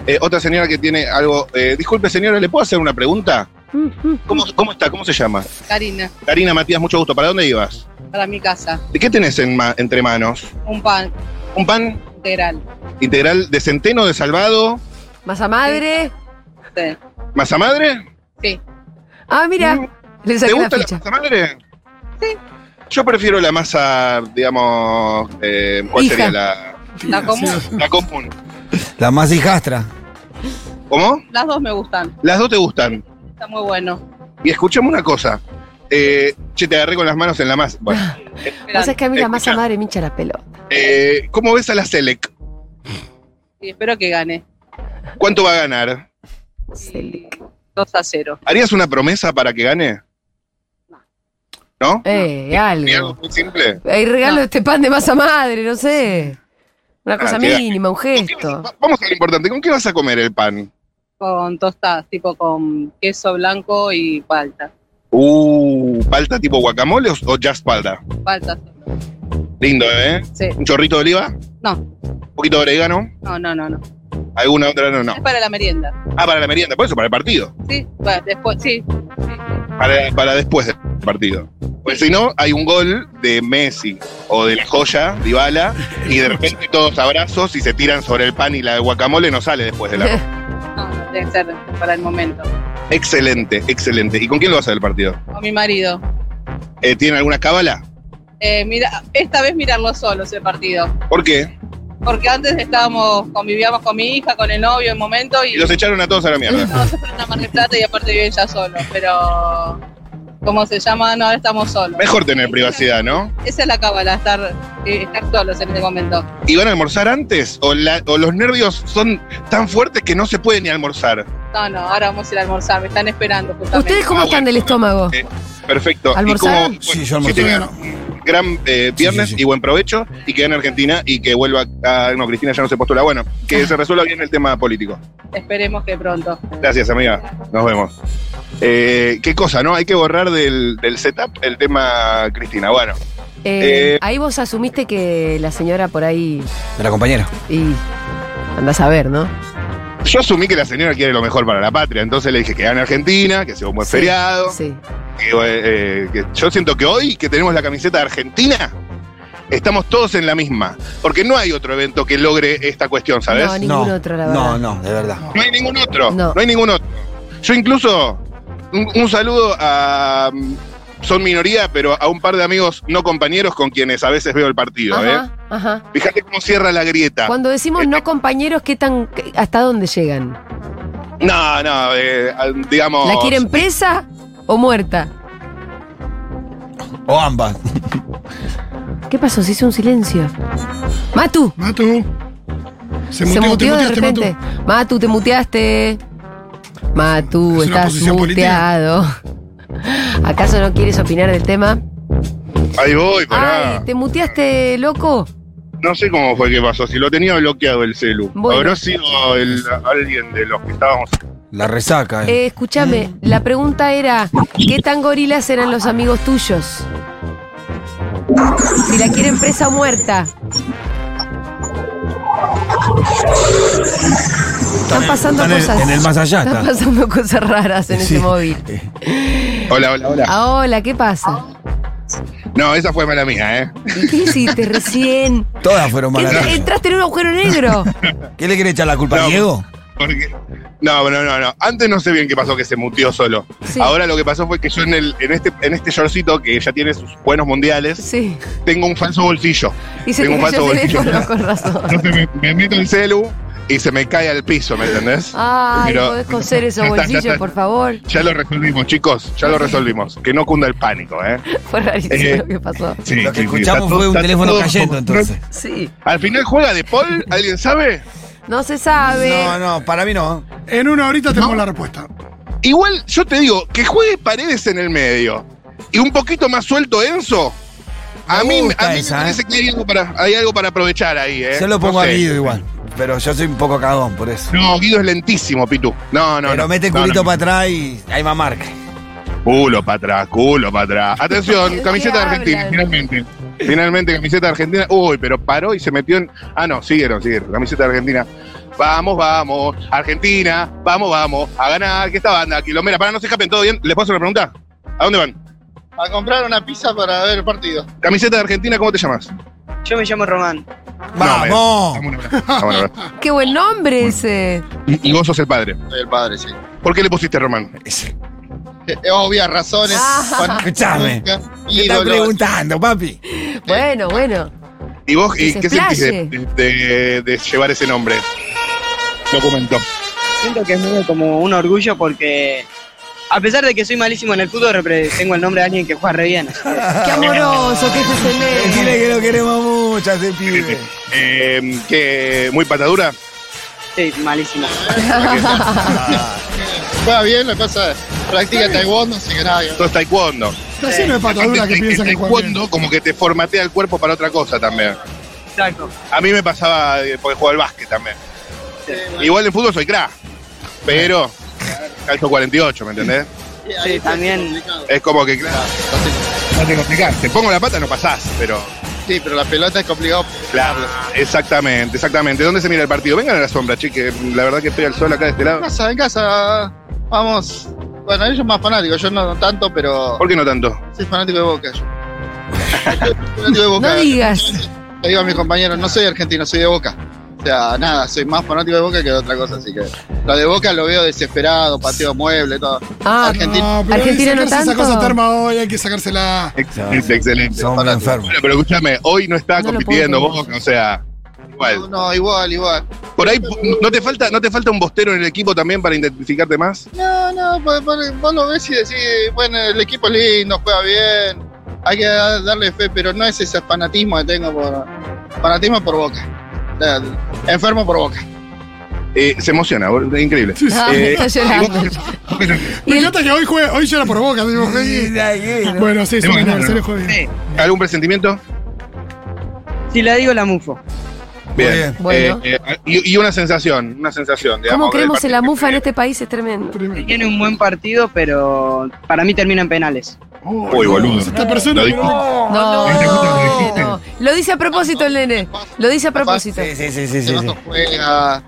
Speaker 4: Eh, otra señora que tiene algo. eh, disculpe, señora, ¿le puedo hacer una pregunta?
Speaker 1: Mm, mm.
Speaker 4: ¿Cómo, cómo está? ¿Cómo se llama?
Speaker 6: Karina,
Speaker 4: Karina Matías, mucho gusto. ¿Para dónde ibas?
Speaker 6: para mi casa,
Speaker 4: ¿De qué tenés en ma- entre manos?
Speaker 6: un pan
Speaker 4: ¿Un pan
Speaker 6: integral.
Speaker 4: integral de centeno, de salvado,
Speaker 1: Masa madre.
Speaker 6: Sí.
Speaker 4: masa madre?
Speaker 6: Sí.
Speaker 1: Ah, mira. Le
Speaker 4: Mm. ¿Te
Speaker 1: saqué la
Speaker 4: gusta la,
Speaker 1: ficha.
Speaker 4: masa madre?
Speaker 6: Sí.
Speaker 4: Yo prefiero la masa, digamos, eh, ¿cuál
Speaker 1: Hija.
Speaker 4: sería la,
Speaker 6: La común.
Speaker 4: la común?
Speaker 2: La más hijastra.
Speaker 4: ¿Cómo?
Speaker 6: Las dos me gustan,
Speaker 4: Las dos te gustan.
Speaker 6: está muy bueno.
Speaker 4: Y escuchame una cosa. Eh, che, te agarré con las manos en la masa. Bueno,
Speaker 6: Esperan.
Speaker 1: Pasa que a mí la masa
Speaker 4: Escucha.
Speaker 1: madre me hincha la pelota.
Speaker 4: eh, ¿Cómo ves a la Selec?
Speaker 6: Y espero que gane.
Speaker 4: ¿Cuánto va a ganar?
Speaker 1: Selic.
Speaker 6: 2 a 0.
Speaker 4: ¿Harías una promesa para que gane? ¿No?
Speaker 1: Eh,
Speaker 4: ¿Ni algo
Speaker 1: algo.
Speaker 4: muy simple?
Speaker 1: Hay regalo
Speaker 6: No.
Speaker 1: este pan de masa madre, no sé. Una cosa
Speaker 4: Ah, sí,
Speaker 1: mínima, un
Speaker 4: ¿Con qué vas a-
Speaker 1: gesto.
Speaker 4: va- Vamos a lo importante. ¿Con qué vas a comer el pan?
Speaker 6: Con tostadas, tipo con queso blanco y palta.
Speaker 4: Uh, ¿palta tipo guacamole o, o just palta?
Speaker 6: Palta solo.
Speaker 4: Lindo, ¿eh?
Speaker 6: Sí.
Speaker 4: ¿Un chorrito de oliva?
Speaker 6: No,
Speaker 4: ¿Un poquito de orégano?
Speaker 6: no, no, no, no.
Speaker 4: ¿Alguna otra? No, no.
Speaker 6: Es para la merienda.
Speaker 4: Ah, para la merienda. Por eso, para el partido.
Speaker 6: Sí, bueno, después, sí. sí.
Speaker 4: Para, para después del partido. Pues si no, hay un gol de Messi o de la joya, Dybala, y de repente todos abrazos y se tiran sobre el pan y la de guacamole no sale después de la...
Speaker 6: No, no, debe ser para el momento.
Speaker 4: excelente, excelente. ¿Y con quién lo vas a ver el partido?
Speaker 6: Con mi marido.
Speaker 4: Eh, ¿Tiene alguna cábala?
Speaker 6: Eh, mira, esta vez mirarlo solos el partido.
Speaker 4: ¿Por qué?
Speaker 6: Porque antes estábamos, convivíamos con mi hija, con el novio en el momento y,
Speaker 4: Y los echaron a todos a la mierda.
Speaker 6: no, se fueron a Mar del Plata y aparte viven ya solos, pero como se llama, no, ahora estamos solos.
Speaker 4: Mejor tener privacidad, ¿no?
Speaker 6: Esa es la cábala, estar, eh, estar solos en este momento.
Speaker 4: ¿Y van a almorzar antes? ¿O, la- o los nervios son tan fuertes que no se puede ni almorzar?
Speaker 6: No, no, ahora vamos a ir a almorzar, me están esperando justamente.
Speaker 1: ¿Ustedes cómo
Speaker 4: Ah,
Speaker 1: están
Speaker 4: bueno.
Speaker 1: del estómago?
Speaker 4: Eh, Perfecto. ¿Y
Speaker 1: ¿Almorzaron?
Speaker 4: cómo-
Speaker 2: Sí, yo
Speaker 4: que
Speaker 2: almorcé.
Speaker 4: tengan un gran eh, viernes
Speaker 2: Sí, sí, sí.
Speaker 4: y buen provecho y que en Argentina y que vuelva a... No, Cristina ya no se postula. Bueno, que se resuelva bien el tema político.
Speaker 6: Esperemos que pronto.
Speaker 4: Gracias, amiga. Nos vemos. Eh, qué cosa, ¿no? Hay que borrar del, del setup el tema Cristina. Bueno,
Speaker 1: Eh,
Speaker 4: eh,
Speaker 1: ahí vos asumiste que la señora por ahí
Speaker 2: De la compañera.
Speaker 1: y andás a ver, ¿no?
Speaker 4: yo asumí que la señora quiere lo mejor para la patria, entonces le dije que gane Argentina, que sea un buen
Speaker 1: Sí,
Speaker 4: feriado.
Speaker 1: Sí.
Speaker 4: que, eh, que yo siento que hoy que tenemos la camiseta de Argentina, estamos todos en la misma. Porque no hay otro evento que logre esta cuestión, ¿sabes?
Speaker 1: No,
Speaker 4: No,
Speaker 1: ningún
Speaker 2: no,
Speaker 1: otro, la verdad.
Speaker 2: no, no, de verdad.
Speaker 4: hay ningún otro.
Speaker 1: No.
Speaker 4: No. hay ningún otro. Yo incluso, un, un saludo a... mm, Son minoría, pero a un par de amigos no compañeros con quienes a Ah. veces veo el partido. ¿eh?
Speaker 1: Ajá, ajá.
Speaker 4: Fíjate cómo cierra la grieta.
Speaker 1: Cuando decimos
Speaker 4: Eh,
Speaker 1: no compañeros, ¿qué tan, qué- ¿hasta dónde llegan?
Speaker 4: No, no, eh, digamos...
Speaker 1: ¿La quieren presa o muerta?
Speaker 2: O ambas.
Speaker 1: ¿Qué pasó? Se hizo un silencio. Matu,
Speaker 3: Matu. Se muteó,
Speaker 1: se
Speaker 3: te
Speaker 1: muteó de
Speaker 3: muteaste, Matu.
Speaker 1: repente. Matu, te muteaste. Matu,
Speaker 3: Es una
Speaker 1: estás
Speaker 3: posición
Speaker 1: muteado. ¿Acaso no quieres opinar del tema?
Speaker 4: Ahí voy, pará.
Speaker 1: Ay, ¿te muteaste, loco?
Speaker 4: No sé cómo fue que pasó, si lo tenía bloqueado el celu.
Speaker 1: Bueno.
Speaker 4: Habrá sido el- alguien de los que estábamos.
Speaker 2: La resaca. eh.
Speaker 1: Eh, escúchame, la pregunta era, ¿qué tan gorilas eran los amigos tuyos? Si la quieren presa o muerta. Están pasando
Speaker 2: Están en-
Speaker 1: cosas.
Speaker 2: En el más allá
Speaker 1: Están
Speaker 2: está.
Speaker 1: pasando cosas raras en
Speaker 2: Sí.
Speaker 1: ese móvil.
Speaker 4: Hola, hola, hola.
Speaker 1: Ah, hola, ¿qué pasa?
Speaker 4: No, esa fue mala mía, ¿eh?
Speaker 1: ¿Y qué hiciste recién?
Speaker 2: Todas fueron
Speaker 1: ¿Qué-
Speaker 2: malas.
Speaker 1: Entraste en un agujero negro.
Speaker 2: ¿Qué le quiere echar la culpa a
Speaker 4: No.
Speaker 2: Diego?
Speaker 4: Porque. No, no, no, no. Antes no sé bien qué pasó, que se muteó solo.
Speaker 1: Sí.
Speaker 4: Ahora lo que pasó fue que yo en, el, en, este, en este shortcito, que ya tiene sus buenos mundiales,
Speaker 1: Sí.
Speaker 4: tengo un falso bolsillo.
Speaker 1: Y se
Speaker 4: Tengo
Speaker 1: te
Speaker 4: un
Speaker 1: cayó
Speaker 4: falso
Speaker 1: el teléfono
Speaker 4: bolsillo.
Speaker 1: con razón.
Speaker 4: Entonces me, me meto el celu y se me cae al piso, ¿me entendés?
Speaker 1: Ay,
Speaker 4: Pero-
Speaker 1: podés coser esos
Speaker 4: Ya está, ya
Speaker 1: bolsillos,
Speaker 4: está.
Speaker 1: por favor.
Speaker 4: Ya lo resolvimos, chicos. Ya lo resolvimos. Que no cunda el pánico, ¿eh?
Speaker 1: Fue rarísimo
Speaker 4: Eh,
Speaker 1: lo que pasó.
Speaker 4: Sí,
Speaker 2: Lo que
Speaker 4: sí, sí. Está
Speaker 2: escuchamos
Speaker 4: todo-
Speaker 2: fue un
Speaker 4: está
Speaker 2: teléfono
Speaker 4: todo-
Speaker 2: cayendo entonces.
Speaker 1: Sí.
Speaker 4: Al final juega de Paul, ¿alguien sabe?
Speaker 1: No se sabe.
Speaker 2: No, no, para mí no.
Speaker 3: En una horita tenemos la respuesta.
Speaker 4: Igual yo te digo, que juegue paredes en el medio y un poquito más suelto Enzo. A
Speaker 2: Me
Speaker 4: mí,
Speaker 2: gusta
Speaker 4: a mí
Speaker 2: esa, ¿eh?
Speaker 4: me parece que hay algo, para, hay algo para aprovechar ahí, ¿eh?
Speaker 2: Yo lo
Speaker 4: No
Speaker 2: pongo
Speaker 4: sé.
Speaker 2: a Guido igual. Pero yo soy un poco cagón por eso.
Speaker 4: No, Guido es lentísimo, Pitu. No, no,
Speaker 2: pero
Speaker 4: no.
Speaker 2: mete el
Speaker 4: No,
Speaker 2: culito
Speaker 4: no.
Speaker 2: para atrás y ahí va marca.
Speaker 4: Culo para atrás, culo para atrás. Atención,
Speaker 1: ¿De
Speaker 4: camiseta
Speaker 1: qué
Speaker 4: de Argentina,
Speaker 1: hablan?
Speaker 4: finalmente. Finalmente, camiseta de Argentina. Uy, pero paró y se metió en. Ah, no, siguieron, siguieron. Camiseta de Argentina. Vamos, vamos. Argentina, vamos, vamos. A ganar, que esta banda, Quilomera. Para, no se escapen, ¿todo bien? ¿Les puedo hacer una pregunta? ¿A dónde van?
Speaker 7: a comprar una pizza para ver el partido.
Speaker 4: Camiseta de Argentina, ¿cómo te llamas? Ah,
Speaker 7: Yo me llamo Román.
Speaker 2: ¡Vamos!
Speaker 4: Dame un abrazo, dame un abrazo.
Speaker 1: Qué buen nombre ese.
Speaker 4: Y vos sos el padre.
Speaker 7: Soy el padre, sí.
Speaker 4: ¿Por qué le pusiste Román?
Speaker 7: Eh, Obvias razones.
Speaker 1: Ah.
Speaker 2: Escuchame. ¿Qué estás
Speaker 7: ídolos.
Speaker 2: preguntando, papi?
Speaker 4: Eh.
Speaker 1: Bueno, bueno.
Speaker 4: ¿Y vos
Speaker 1: Que
Speaker 4: y
Speaker 1: se
Speaker 4: qué sentís de,
Speaker 1: explaye.
Speaker 4: de- de llevar ese nombre? Documento.
Speaker 8: Siento que es medio como un orgullo porque, a pesar de que soy malísimo en el fútbol, repre- tengo el nombre de alguien que juega re bien.
Speaker 1: Qué amoroso, qué
Speaker 2: Dile
Speaker 1: excelente.
Speaker 2: que lo queremos mucho, a ese pibe.
Speaker 4: Eh, que muy patadura.
Speaker 8: Sí, malísimo.
Speaker 7: Juega bien, lo que pasa es practica taekwondo, así que nada.
Speaker 4: Todo es taekwondo.
Speaker 3: No sirve patadura que
Speaker 4: El
Speaker 3: piensa que juega bien.
Speaker 4: taekwondo como que te formatea el cuerpo para otra cosa también.
Speaker 8: Exacto.
Speaker 4: A mí me pasaba eh, porque jugaba al básquet también. Igual en fútbol soy crack, pero calzo 48, ¿me entendés?
Speaker 8: Sí, también.
Speaker 4: Es como que, claro, no te complicás. Te pongo la pata, no pasás, pero...
Speaker 7: Sí, pero la pelota es complicado.
Speaker 4: Claro, exactamente, exactamente. ¿Dónde se mira el partido? Vengan a la sombra, chique. La verdad que estoy al sol acá de este
Speaker 7: En
Speaker 4: lado.
Speaker 7: casa, en casa. Vamos. Bueno, ellos más fanáticos, yo no tanto, pero
Speaker 4: ¿Por qué no tanto?
Speaker 7: soy fanático de Boca. Yo. fanático de Boca.
Speaker 1: No digas.
Speaker 7: Le digo a mis compañeros, no soy argentino, soy de Boca. O sea, nada, soy más fanático de Boca que de otra cosa, así que lo de Boca lo veo desesperado, pateo mueble, todo.
Speaker 1: Ah,
Speaker 7: Argentina.
Speaker 3: pero hay que
Speaker 1: Argentina no
Speaker 3: sacarse Esa
Speaker 1: tanto.
Speaker 3: cosa terma hoy, hay que sacársela.
Speaker 4: Excelente, excelente.
Speaker 2: Somos
Speaker 7: Pará,
Speaker 2: enfermos.
Speaker 4: Bueno, pero escúchame, hoy no está
Speaker 1: No lo
Speaker 4: compitiendo
Speaker 1: puedo creer.
Speaker 4: Boca, o sea, igual.
Speaker 7: No, igual, igual.
Speaker 4: Por ahí no te falta, no te falta un bostero en el equipo también para identificarte más.
Speaker 7: No, no, vos, vos- vos lo ves y decís, bueno, el equipo es lindo, juega bien, hay que da- darle fe, pero no es ese fanatismo que tengo por. Fanatismo por boca. Eh, Enfermo por boca.
Speaker 4: Eh, se emociona, bol- es increíble.
Speaker 3: Sí, sí.
Speaker 1: Ah,
Speaker 4: Eh,
Speaker 1: está llorando.
Speaker 3: Me encanta que hoy, juega, hoy llora por boca. digo, sí. Bueno, sí, es un
Speaker 4: Bueno,
Speaker 3: aniversario juega bien.
Speaker 8: Sí.
Speaker 4: ¿Algún presentimiento?
Speaker 8: Si la digo, la mufo.
Speaker 4: Bien.
Speaker 2: bien.
Speaker 1: Bueno.
Speaker 4: Eh, eh, y, y una sensación, una sensación. digamos, del
Speaker 1: ¿Cómo creemos en
Speaker 4: partido
Speaker 1: la
Speaker 4: que
Speaker 1: mufa en
Speaker 4: viene.
Speaker 1: este país? Es tremendo.
Speaker 3: Tremendo.
Speaker 8: Tiene un buen partido, pero para mí termina en penales.
Speaker 3: Oh,
Speaker 4: Uy,
Speaker 3: no,
Speaker 4: boludo.
Speaker 3: Esta persona.
Speaker 4: Lo dijo.
Speaker 1: No,
Speaker 4: ¿Te gusta lo que
Speaker 1: no,
Speaker 4: dijiste?
Speaker 1: Lo dice a propósito el nene. Lo dice a propósito.
Speaker 2: Sí, sí, sí, sí, sí,
Speaker 7: El
Speaker 2: sí.
Speaker 7: otro juega,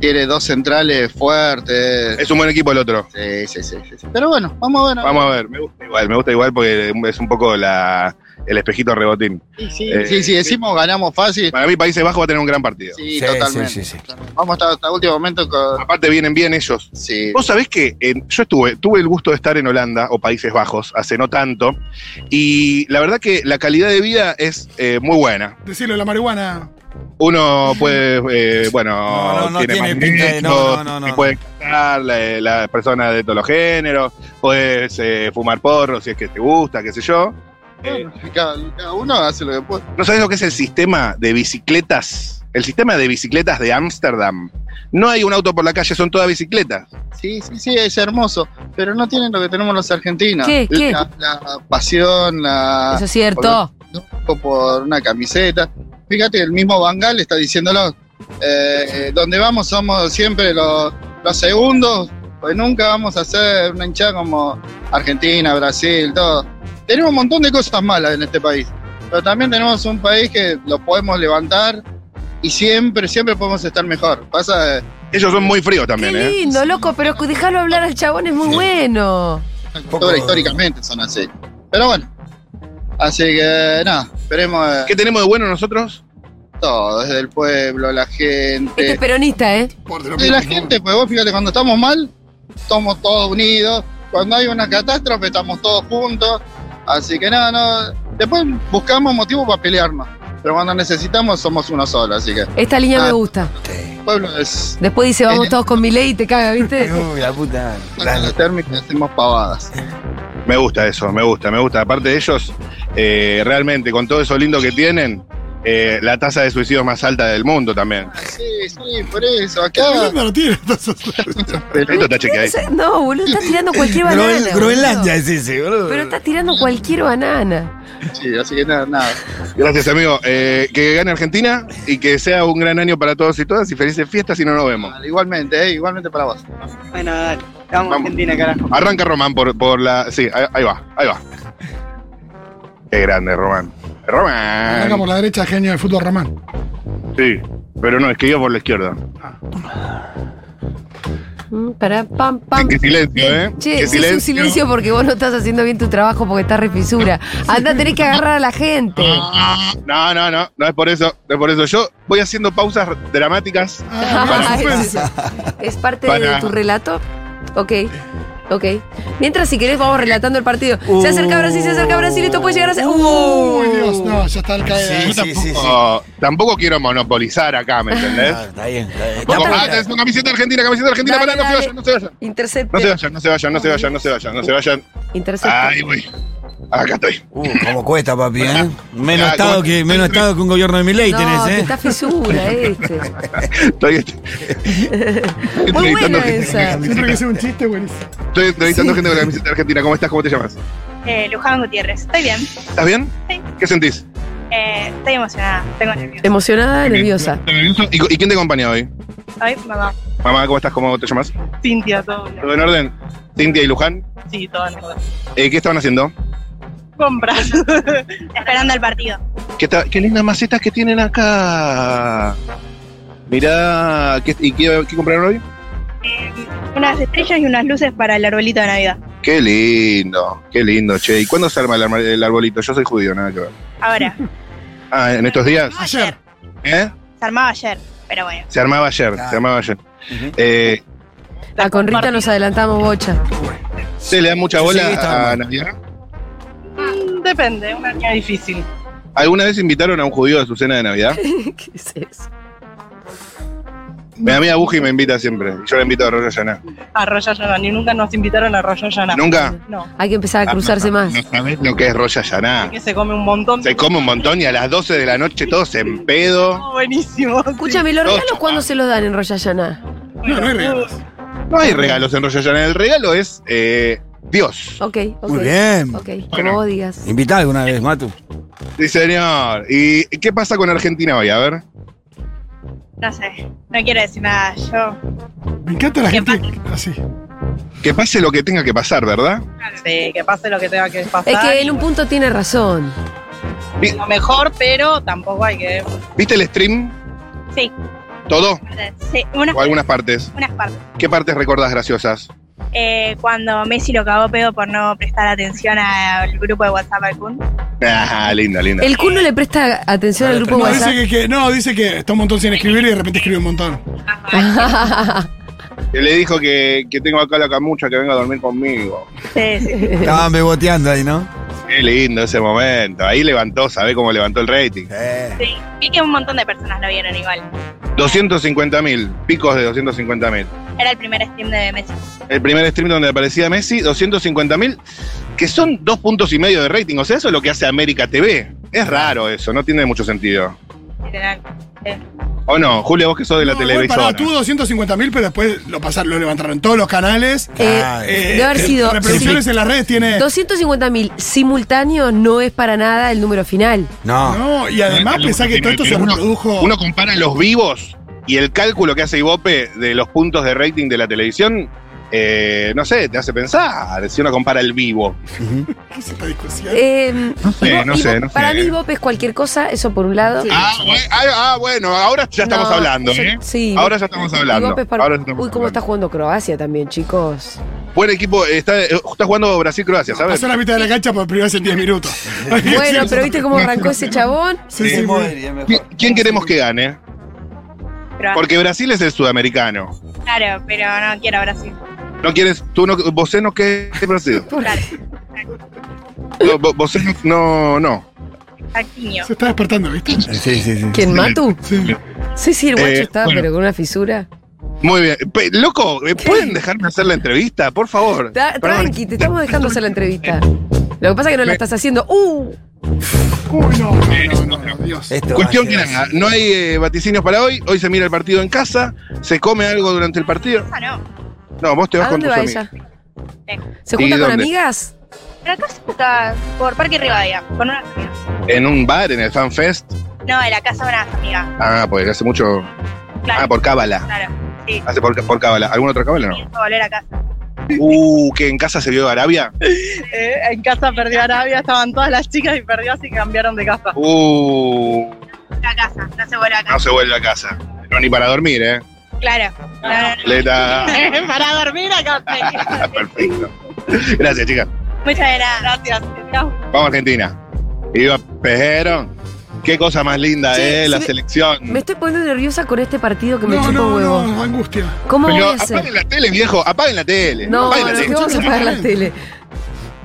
Speaker 7: tiene dos centrales fuertes.
Speaker 4: Es un buen equipo el otro.
Speaker 7: Sí, sí, sí, sí, sí. Pero bueno, vamos a ver.
Speaker 4: Vamos a ver, me gusta igual, me gusta igual porque es un poco la, el espejito rebotín.
Speaker 7: Sí, sí,
Speaker 4: Eh,
Speaker 7: sí, sí, decimos ganamos fácil.
Speaker 4: Para mí Países Bajos va a tener un gran partido.
Speaker 7: Sí,
Speaker 2: Sí,
Speaker 7: totalmente.
Speaker 2: sí, sí, sí.
Speaker 7: Vamos hasta, hasta último momento con.
Speaker 4: Aparte vienen bien ellos.
Speaker 7: Sí.
Speaker 4: Vos sabés que eh, yo estuve, tuve el gusto de estar en Holanda o Países Bajos hace no tanto y la verdad que la calidad de vida es eh, muy buena.
Speaker 3: Decirlo, la marihuana.
Speaker 4: Uno puede, eh, bueno,
Speaker 2: No, no, no tiene
Speaker 4: más
Speaker 2: pinta de-
Speaker 4: derechos,
Speaker 2: no, no, no, no.
Speaker 4: se puede casar, la, la persona de todos los géneros, puedes eh, fumar porro si es que te gusta, qué sé yo. Eh,
Speaker 7: Bueno, cada, cada uno hace lo que puede.
Speaker 4: ¿No sabes lo que es el sistema de bicicletas? El sistema de bicicletas de Ámsterdam. No hay un auto por la calle, son todas bicicletas.
Speaker 7: Sí, sí, sí, es hermoso. Pero no tienen lo que tenemos los argentinos.
Speaker 1: ¿Qué? ¿Qué?
Speaker 7: La, la pasión, la.
Speaker 4: Ah.
Speaker 1: Eso es cierto.
Speaker 7: o por una camiseta. Fíjate, el mismo Bangal está diciéndolo. eh, eh, donde vamos somos siempre los, los segundos, pues nunca vamos a ser una hinchada como Argentina, Brasil, todo. Tenemos un montón de cosas malas en este país, pero también tenemos un país que lo podemos levantar y siempre, siempre podemos estar mejor. Pasa eh,
Speaker 4: Ellos son muy fríos
Speaker 1: Qué
Speaker 4: también, ¿eh?
Speaker 1: lindo, loco, pero dejarlo hablar al chabón es muy bueno.
Speaker 7: la
Speaker 2: Poco-
Speaker 7: cultura históricamente son así. Pero bueno, así que nada, esperemos eh,
Speaker 4: ¿Qué tenemos de bueno nosotros?
Speaker 7: todo, desde el pueblo, la
Speaker 1: Este
Speaker 7: gente.
Speaker 1: es peronista, ¿eh?
Speaker 3: Por de lo
Speaker 7: Y la
Speaker 3: mismo.
Speaker 7: gente, pues vos fíjate, cuando estamos mal, estamos todos unidos. Cuando hay una catástrofe, estamos todos juntos. Así que nada, no. Después buscamos motivos para pelearnos. Pero cuando necesitamos, somos uno solo. Así que
Speaker 1: Esta línea
Speaker 7: Ah.
Speaker 1: me gusta.
Speaker 7: el pueblo es.
Speaker 1: Después dice,
Speaker 4: Eh.
Speaker 1: vamos todos con mi ley y te caga, ¿viste?
Speaker 2: Uy, la puta.
Speaker 7: Los térmicos hacemos pavadas.
Speaker 4: Me gusta eso, me gusta, me gusta. Aparte de ellos, eh, realmente, con todo eso lindo que tienen, eh, la tasa de suicidios más alta del mundo también.
Speaker 7: Sí, sí, por eso. Acá.
Speaker 3: Holanda no tiene estas-
Speaker 4: Esto está chequeado.
Speaker 1: No, boludo, estás tirando cualquier banana.
Speaker 2: Groen-
Speaker 1: boludo.
Speaker 2: Groenlandia es ese, boludo.
Speaker 1: Pero estás tirando cualquier banana.
Speaker 7: Sí, así que nada, nada.
Speaker 4: Gracias, amigo. Eh, que gane Argentina y que sea un gran año para todos y todas. Y felices fiestas si no nos vemos.
Speaker 7: Igualmente, eh, igualmente para vos.
Speaker 8: Bueno, dale. Vamos,
Speaker 4: Vamos.
Speaker 8: Argentina, carajo.
Speaker 4: Arranca Román por, por la. Sí, ahí, ahí va, ahí va. Qué grande, Román.
Speaker 3: Arranca
Speaker 4: Román.
Speaker 3: por la derecha, genio del fútbol román.
Speaker 4: Sí, pero no, es que yo por la izquierda.
Speaker 1: Mm, Pará, pam, pam.
Speaker 4: Qué silencio, ¿eh?
Speaker 1: Che,
Speaker 4: Qué
Speaker 1: sí, es un silencio porque vos no estás haciendo bien tu trabajo porque estás re fisura. Anda, tenés que agarrar a la gente.
Speaker 4: Ah. No, no, no, no es por eso, no es por eso. Yo voy haciendo pausas dramáticas.
Speaker 3: Ah,
Speaker 1: Para.
Speaker 3: suspenso.
Speaker 1: ¿Es parte
Speaker 4: Para-
Speaker 1: de tu relato? Ok. Ok. Mientras, si querés, vamos relatando el partido. Se acerca Brasil, se acerca Brasil, esto puede llegar a ¡Uh! ser.
Speaker 3: Uy, Dios, no, ya está el caída.
Speaker 2: Sí, sí, sí, sí.
Speaker 4: Oh, tampoco quiero monopolizar acá, ¿me entendés?
Speaker 2: Ah, está bien, está bien.
Speaker 4: Tampoco-
Speaker 2: Está
Speaker 4: ah, tenés una camiseta argentina, camiseta argentina,
Speaker 1: Dale,
Speaker 4: pará, no se
Speaker 1: dale.
Speaker 4: vayan, no se vayan. No se
Speaker 1: Intercepte.
Speaker 4: vayan, no se vayan, no se vayan, no se vayan, no se vayan.
Speaker 1: Intercepte.
Speaker 4: Ahí voy. Acá estoy.
Speaker 2: Uh, cómo cuesta, papi, ¿eh? Menos,
Speaker 4: Ah,
Speaker 2: estado
Speaker 4: ¿cómo-
Speaker 2: que, menos estado que un gobierno de mi ley
Speaker 1: No, que
Speaker 2: tenés,
Speaker 1: está
Speaker 2: ¿eh?
Speaker 1: fisura este.
Speaker 4: Estoy, estoy
Speaker 1: Muy
Speaker 4: entrevistando
Speaker 1: buena
Speaker 4: gente-
Speaker 1: esa.
Speaker 3: Siempre que sea un chiste, buenísimo.
Speaker 4: Estoy entrevistando gente con la camiseta argentina. ¿Cómo estás? ¿Cómo te llamas?
Speaker 9: Eh, Luján Gutiérrez. Estoy bien.
Speaker 4: ¿Estás bien?
Speaker 9: Sí.
Speaker 4: ¿Qué sentís?
Speaker 9: Eh, estoy emocionada. Tengo nervios.
Speaker 1: Emocionada, nerviosa.
Speaker 4: ¿Y, y quién te acompaña hoy?
Speaker 9: Ay, mamá.
Speaker 4: Mamá, ¿cómo estás? ¿Cómo te llamas?
Speaker 9: Cintia, todo.
Speaker 4: ¿Todo en orden? Cintia y Luján.
Speaker 9: Sí, todo en orden.
Speaker 4: Eh, ¿Qué estaban haciendo?
Speaker 9: Compras. Esperando el partido.
Speaker 4: ¿Qué, ta- qué lindas macetas que tienen acá. Mirá, ¿qué- ¿y qué, qué compraron hoy?
Speaker 9: Eh, unas estrellas y unas luces para el arbolito de Navidad.
Speaker 4: Qué lindo, qué lindo, che. ¿Y cuándo se arma el, arma- el arbolito? Yo soy judío, nada que ver.
Speaker 9: Ahora.
Speaker 4: Ah, ¿en estos días?
Speaker 3: Ayer.
Speaker 4: ¿Eh?
Speaker 9: Se armaba ayer. Pero bueno.
Speaker 4: Se armaba ayer,
Speaker 2: Claro.
Speaker 4: se armaba ayer.
Speaker 2: Ujú.
Speaker 4: Eh,
Speaker 1: Ah, con Rita nos adelantamos, bocha.
Speaker 4: ¿Se le da mucha
Speaker 2: Sí,
Speaker 4: bola
Speaker 2: sí, está
Speaker 4: a
Speaker 2: bueno.
Speaker 4: Navidad?
Speaker 9: Mm, depende. Un año difícil.
Speaker 4: ¿Alguna vez invitaron a un judío a su cena de Navidad?
Speaker 1: ¿Qué es eso?
Speaker 4: Mi amiga Buji me invita siempre. y Yo la invito a Arroyo Llaná.
Speaker 6: A Roya Llaná, ni nunca nos invitaron a Roya Llaná.
Speaker 4: ¿Nunca?
Speaker 6: No.
Speaker 1: Hay que empezar a cruzarse
Speaker 4: Ah,
Speaker 1: más.
Speaker 4: No sabés lo que es Roya Llaná.
Speaker 6: Que se come un montón.
Speaker 4: Se come un montón y a las 12 de la noche todos en pedo.
Speaker 6: Oh, buenísimo.
Speaker 1: Escúchame, ¿los
Speaker 4: Ocho,
Speaker 1: regalos cuándo
Speaker 4: ah.
Speaker 1: se los dan en Royallaná?
Speaker 3: No, no hay regalos.
Speaker 4: No hay regalos en Roya Llaná. El regalo es eh, Dios.
Speaker 1: Ok, ok.
Speaker 2: Muy bien.
Speaker 1: Ok, como
Speaker 4: Bueno.
Speaker 1: vos digas.
Speaker 2: Invitá alguna vez, Matu.
Speaker 4: Sí, señor. ¿Y qué pasa con Argentina hoy? A ver.
Speaker 9: No sé, no quiero decir nada. Yo
Speaker 3: Me encanta la
Speaker 6: Qué
Speaker 3: gente así.
Speaker 4: Que pase lo que tenga que pasar, ¿verdad?
Speaker 6: Sí, que pase lo que tenga que pasar.
Speaker 1: Es que en un punto tiene razón.
Speaker 4: Vi-
Speaker 6: Lo mejor, pero tampoco hay que.
Speaker 4: ¿Viste el stream?
Speaker 9: Sí.
Speaker 4: ¿Todo?
Speaker 9: sí, unas,
Speaker 4: ¿O algunas partes?
Speaker 9: unas partes.
Speaker 4: ¿Qué partes recordás graciosas?
Speaker 9: Eh, cuando Messi lo cagó pedo por no prestar atención al grupo de WhatsApp al Kun.
Speaker 4: Ah, linda, linda.
Speaker 1: El Kun no le presta atención al grupo
Speaker 3: No, dice
Speaker 1: WhatsApp.
Speaker 3: que, que- no, dice que está un montón sin escribir y de repente escribe un montón.
Speaker 4: Que le dijo que, que tengo acá la camucha que venga a dormir conmigo.
Speaker 9: Sí, sí.
Speaker 2: Estaban beboteando ahí, ¿no?
Speaker 4: Qué lindo ese momento. Ahí levantó, ¿sabés cómo levantó el rating?
Speaker 2: Eh.
Speaker 9: sí. Vi que un montón de personas lo vieron igual.
Speaker 4: 250 mil, picos de 250 mil.
Speaker 9: Era el primer stream de Messi.
Speaker 4: El primer stream donde aparecía Messi, 250 mil, que son dos puntos y medio de rating. O sea, eso es lo que hace América TV. Es raro eso, no tiene mucho sentido.
Speaker 9: Literal.
Speaker 4: ¿O no? Julio, vos que sos de la
Speaker 3: No, igual,
Speaker 4: televisora.
Speaker 3: pará, tuvo 250 mil, pero después lo pasaron, lo levantaron todos los canales.
Speaker 1: Eh,
Speaker 4: Ah,
Speaker 1: debe haber sido
Speaker 3: Reproducciones
Speaker 1: sí,
Speaker 3: en las redes tiene.
Speaker 1: 250.000 simultáneos no es para nada el número final.
Speaker 2: No.
Speaker 3: No, y además pensá que todo esto se
Speaker 4: Uno-
Speaker 3: reprodujo.
Speaker 4: Uno compara los vivos y el cálculo que hace Ibope de los puntos de rating de la televisión, eh, no sé, te hace pensar si uno compara el vivo.
Speaker 3: ¿Qué es esta discusión?
Speaker 1: Eh,
Speaker 4: No sé,
Speaker 1: Ivo-
Speaker 4: no
Speaker 1: Ivo-
Speaker 4: sé, no
Speaker 1: para
Speaker 4: sé.
Speaker 1: mí Ibope es cualquier cosa, eso por un lado.
Speaker 4: Ah, bue- ah, ah, bueno, ahora ya estamos
Speaker 1: No,
Speaker 4: hablando,
Speaker 1: yo-
Speaker 4: ¿eh?
Speaker 1: Sí.
Speaker 4: Ahora ya estamos hablando.
Speaker 1: Ibope es para-
Speaker 4: Ahora ya estamos
Speaker 1: Uy, cómo está
Speaker 4: hablando.
Speaker 1: jugando Croacia también, chicos.
Speaker 4: Buen equipo, está, eh, está jugando Brasil-Croacia, ¿sabes?
Speaker 3: Pasó la mitad de la cancha por primera vez en 10 minutos.
Speaker 1: Bueno, pero ¿viste cómo arrancó ese chabón?
Speaker 3: Sí, sí, muy-
Speaker 4: ¿Qui- ¿Quién queremos que gane?
Speaker 9: Pero-
Speaker 4: Porque Brasil es el sudamericano.
Speaker 9: Claro, pero no quiero Brasil.
Speaker 4: No quieres, tú no, vos no que Brasil.
Speaker 9: Claro,
Speaker 4: No, vo- vos no, no, no.
Speaker 9: Jaquiño.
Speaker 3: Se está despertando, ¿viste?
Speaker 2: Sí, sí, sí.
Speaker 1: ¿Quién, Matu?
Speaker 3: Sí.
Speaker 1: Sí, sí, el guacho
Speaker 4: Eh,
Speaker 1: está,
Speaker 4: bueno.
Speaker 1: pero con una fisura.
Speaker 4: Muy bien. Pe- loco, ¿eh, ¿pueden dejarme hacer la entrevista, por favor?
Speaker 1: Ta-
Speaker 4: Perdón.
Speaker 1: tranqui, te estamos dejando hacer la entrevista. Lo que pasa es que no la estás haciendo. ¡Uh!
Speaker 3: Uy, no, no, no, no, Dios.
Speaker 2: Esto
Speaker 4: Cuestión
Speaker 2: va a
Speaker 4: que
Speaker 2: ser
Speaker 4: nada,
Speaker 2: así.
Speaker 4: no hay eh, vaticinios para hoy. Hoy se mira el partido en casa, se come algo durante el partido.
Speaker 9: Ah, no.
Speaker 4: No, vos te vas
Speaker 1: ¿A
Speaker 4: con
Speaker 1: dónde
Speaker 4: tus
Speaker 1: va
Speaker 4: amigos.
Speaker 1: ella? ¿Se junta
Speaker 4: ¿Y
Speaker 1: con
Speaker 4: dónde?
Speaker 1: amigas?
Speaker 9: Pero acá se está por Parque Rivadavia, con unas amigas.
Speaker 4: En un bar, en el FanFest.
Speaker 9: No, en la casa de unas amigas.
Speaker 4: Ah, pues hace mucho.
Speaker 9: Claro,
Speaker 4: Ah, por cábala.
Speaker 9: claro. Sí,
Speaker 4: Hace por, por cábala. ¿Alguna otra cábala no?
Speaker 9: pienso volver a casa.
Speaker 4: Uh, que en casa se vio Arabia.
Speaker 6: Eh, en casa perdió Arabia, estaban todas las chicas y perdió, así que cambiaron de casa.
Speaker 4: Uh,
Speaker 9: A casa, no se vuelve a
Speaker 4: no
Speaker 9: casa.
Speaker 4: se vuelve a casa. No, ni para dormir, ¿eh?
Speaker 9: Claro. No, no, no.
Speaker 4: Leta.
Speaker 9: Eh,
Speaker 6: Para dormir acá.
Speaker 4: Perfecto. Gracias, chicas.
Speaker 9: Muchas gracias.
Speaker 6: Gracias. Chau.
Speaker 4: Vamos a Argentina. Iba Pejero. Qué cosa más linda,
Speaker 1: Sí,
Speaker 4: ¿eh?
Speaker 1: sí
Speaker 4: La
Speaker 1: me-
Speaker 4: selección.
Speaker 1: Me estoy poniendo nerviosa con este partido que me
Speaker 3: No,
Speaker 1: chupa un
Speaker 3: no,
Speaker 1: huevo.
Speaker 3: no, angustia.
Speaker 1: ¿Cómo voy
Speaker 4: Pero
Speaker 1: a hacer?
Speaker 4: apaguen la tele, viejo. Apaguen la tele.
Speaker 1: No,
Speaker 4: apaguen la
Speaker 1: no,
Speaker 4: tele.
Speaker 1: que vamos a apagar la tele.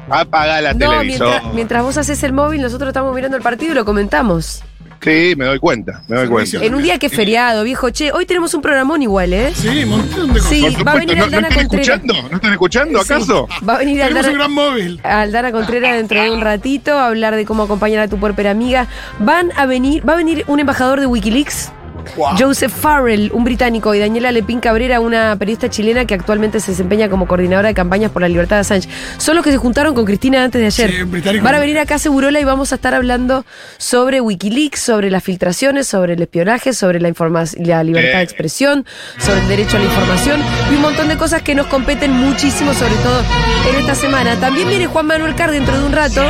Speaker 4: Apagá la
Speaker 1: No,
Speaker 4: televisor.
Speaker 1: mientras, mientras vos haces el móvil, nosotros estamos mirando el partido y lo comentamos.
Speaker 4: Sí, me doy cuenta. Me doy cuenta.
Speaker 3: Servicio.
Speaker 1: En un día que es feriado, viejo, che, hoy tenemos un programón igual, ¿eh?
Speaker 3: Sí, montón de cosas.
Speaker 1: Sí,
Speaker 4: Por
Speaker 1: va a
Speaker 4: supuesto,
Speaker 1: venir
Speaker 4: ¿no, no
Speaker 1: Aldana
Speaker 4: están
Speaker 1: Contreras.
Speaker 4: escuchando? ¿No están escuchando acaso?
Speaker 1: Va a venir
Speaker 3: Tenemos un
Speaker 1: Aldana,
Speaker 3: gran móvil.
Speaker 1: Aldana Contreras dentro de un ratito a hablar de cómo acompañar a tu puerpera amiga. Van a venir, va a venir un embajador de Wikileaks. Joseph Farrell, un británico, y Daniela Lepín Cabrera, una periodista chilena que actualmente se desempeña como coordinadora de campañas por la libertad de Assange. Son los que se juntaron con Cristina antes de ayer.
Speaker 3: Sí, británico.
Speaker 1: Van a venir acá a Segurola y vamos a estar hablando sobre Wikileaks, sobre las filtraciones, sobre el espionaje, sobre la, informa- la libertad
Speaker 3: Eh.
Speaker 1: de expresión, sobre el derecho a la información y un montón de cosas que nos competen muchísimo, sobre todo en esta semana. También viene Juan Manuel Carr dentro de un rato